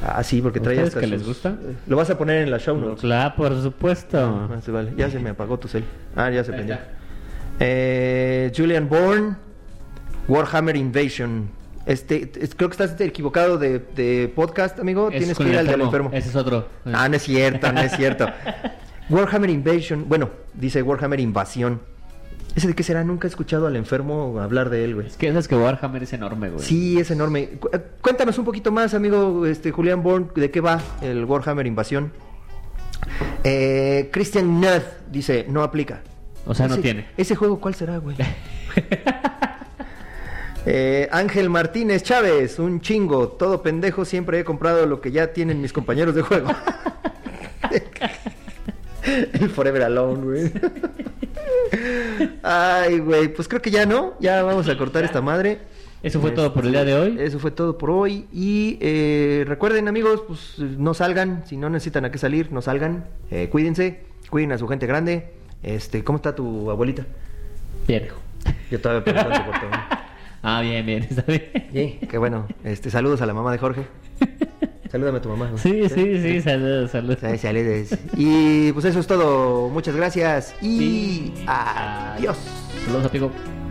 Ah, sí, porque traía
¿Ustedes
hasta
que les gusta?
Lo vas a poner en la show notes.
Claro, por supuesto.
Ah, se vale. Ya se me apagó tu cel. Ah, ya se
Ahí
prendió.
está.
Eh, Julian Bourne, Warhammer Invasion. Este, es- creo que estás equivocado de, de podcast, amigo.
Es
Tienes que
con
ir
el
al del enfermo.
enfermo, Ese es otro.
Ah, no es cierto, no es cierto. Warhammer Invasion. Bueno, dice Warhammer Invasión. ¿Ese de qué será? Nunca he escuchado al enfermo hablar de él, güey.
Es que sabes que Warhammer es enorme, güey.
Sí, es enorme. Cu- eh, Cuéntanos un poquito más, amigo este, Julian Bourne, de qué va el Warhammer Invasión. Eh, Christian Nuth dice, no aplica.
O sea, no
Ese-
tiene.
¿Ese juego cuál será, güey? Eh, Ángel Martínez Chávez, un chingo, todo pendejo, siempre he comprado lo que ya tienen mis compañeros de juego. El Forever Alone, güey. Ay, güey, pues creo que ya no, ya vamos a cortar esta madre.
Eso fue todo por el día de hoy.
Eso fue todo por hoy. Y eh, recuerden, amigos, pues eh, no salgan. Si no necesitan a qué salir, no salgan. Eh, cuídense, cuiden a su gente grande. Este, ¿cómo está tu abuelita?
Bien, hijo.
Yo todavía preguntando por todo.
Ah, bien, bien, está bien.
Sí, qué bueno. Este, saludos a la mamá de Jorge. Salúdame a tu mamá. güey.
Sí, sí, sí, saludos, saludos.
Sí, saludos. Y pues eso es todo. Muchas gracias. Y
Sí.
adiós.
Saludos, amigo.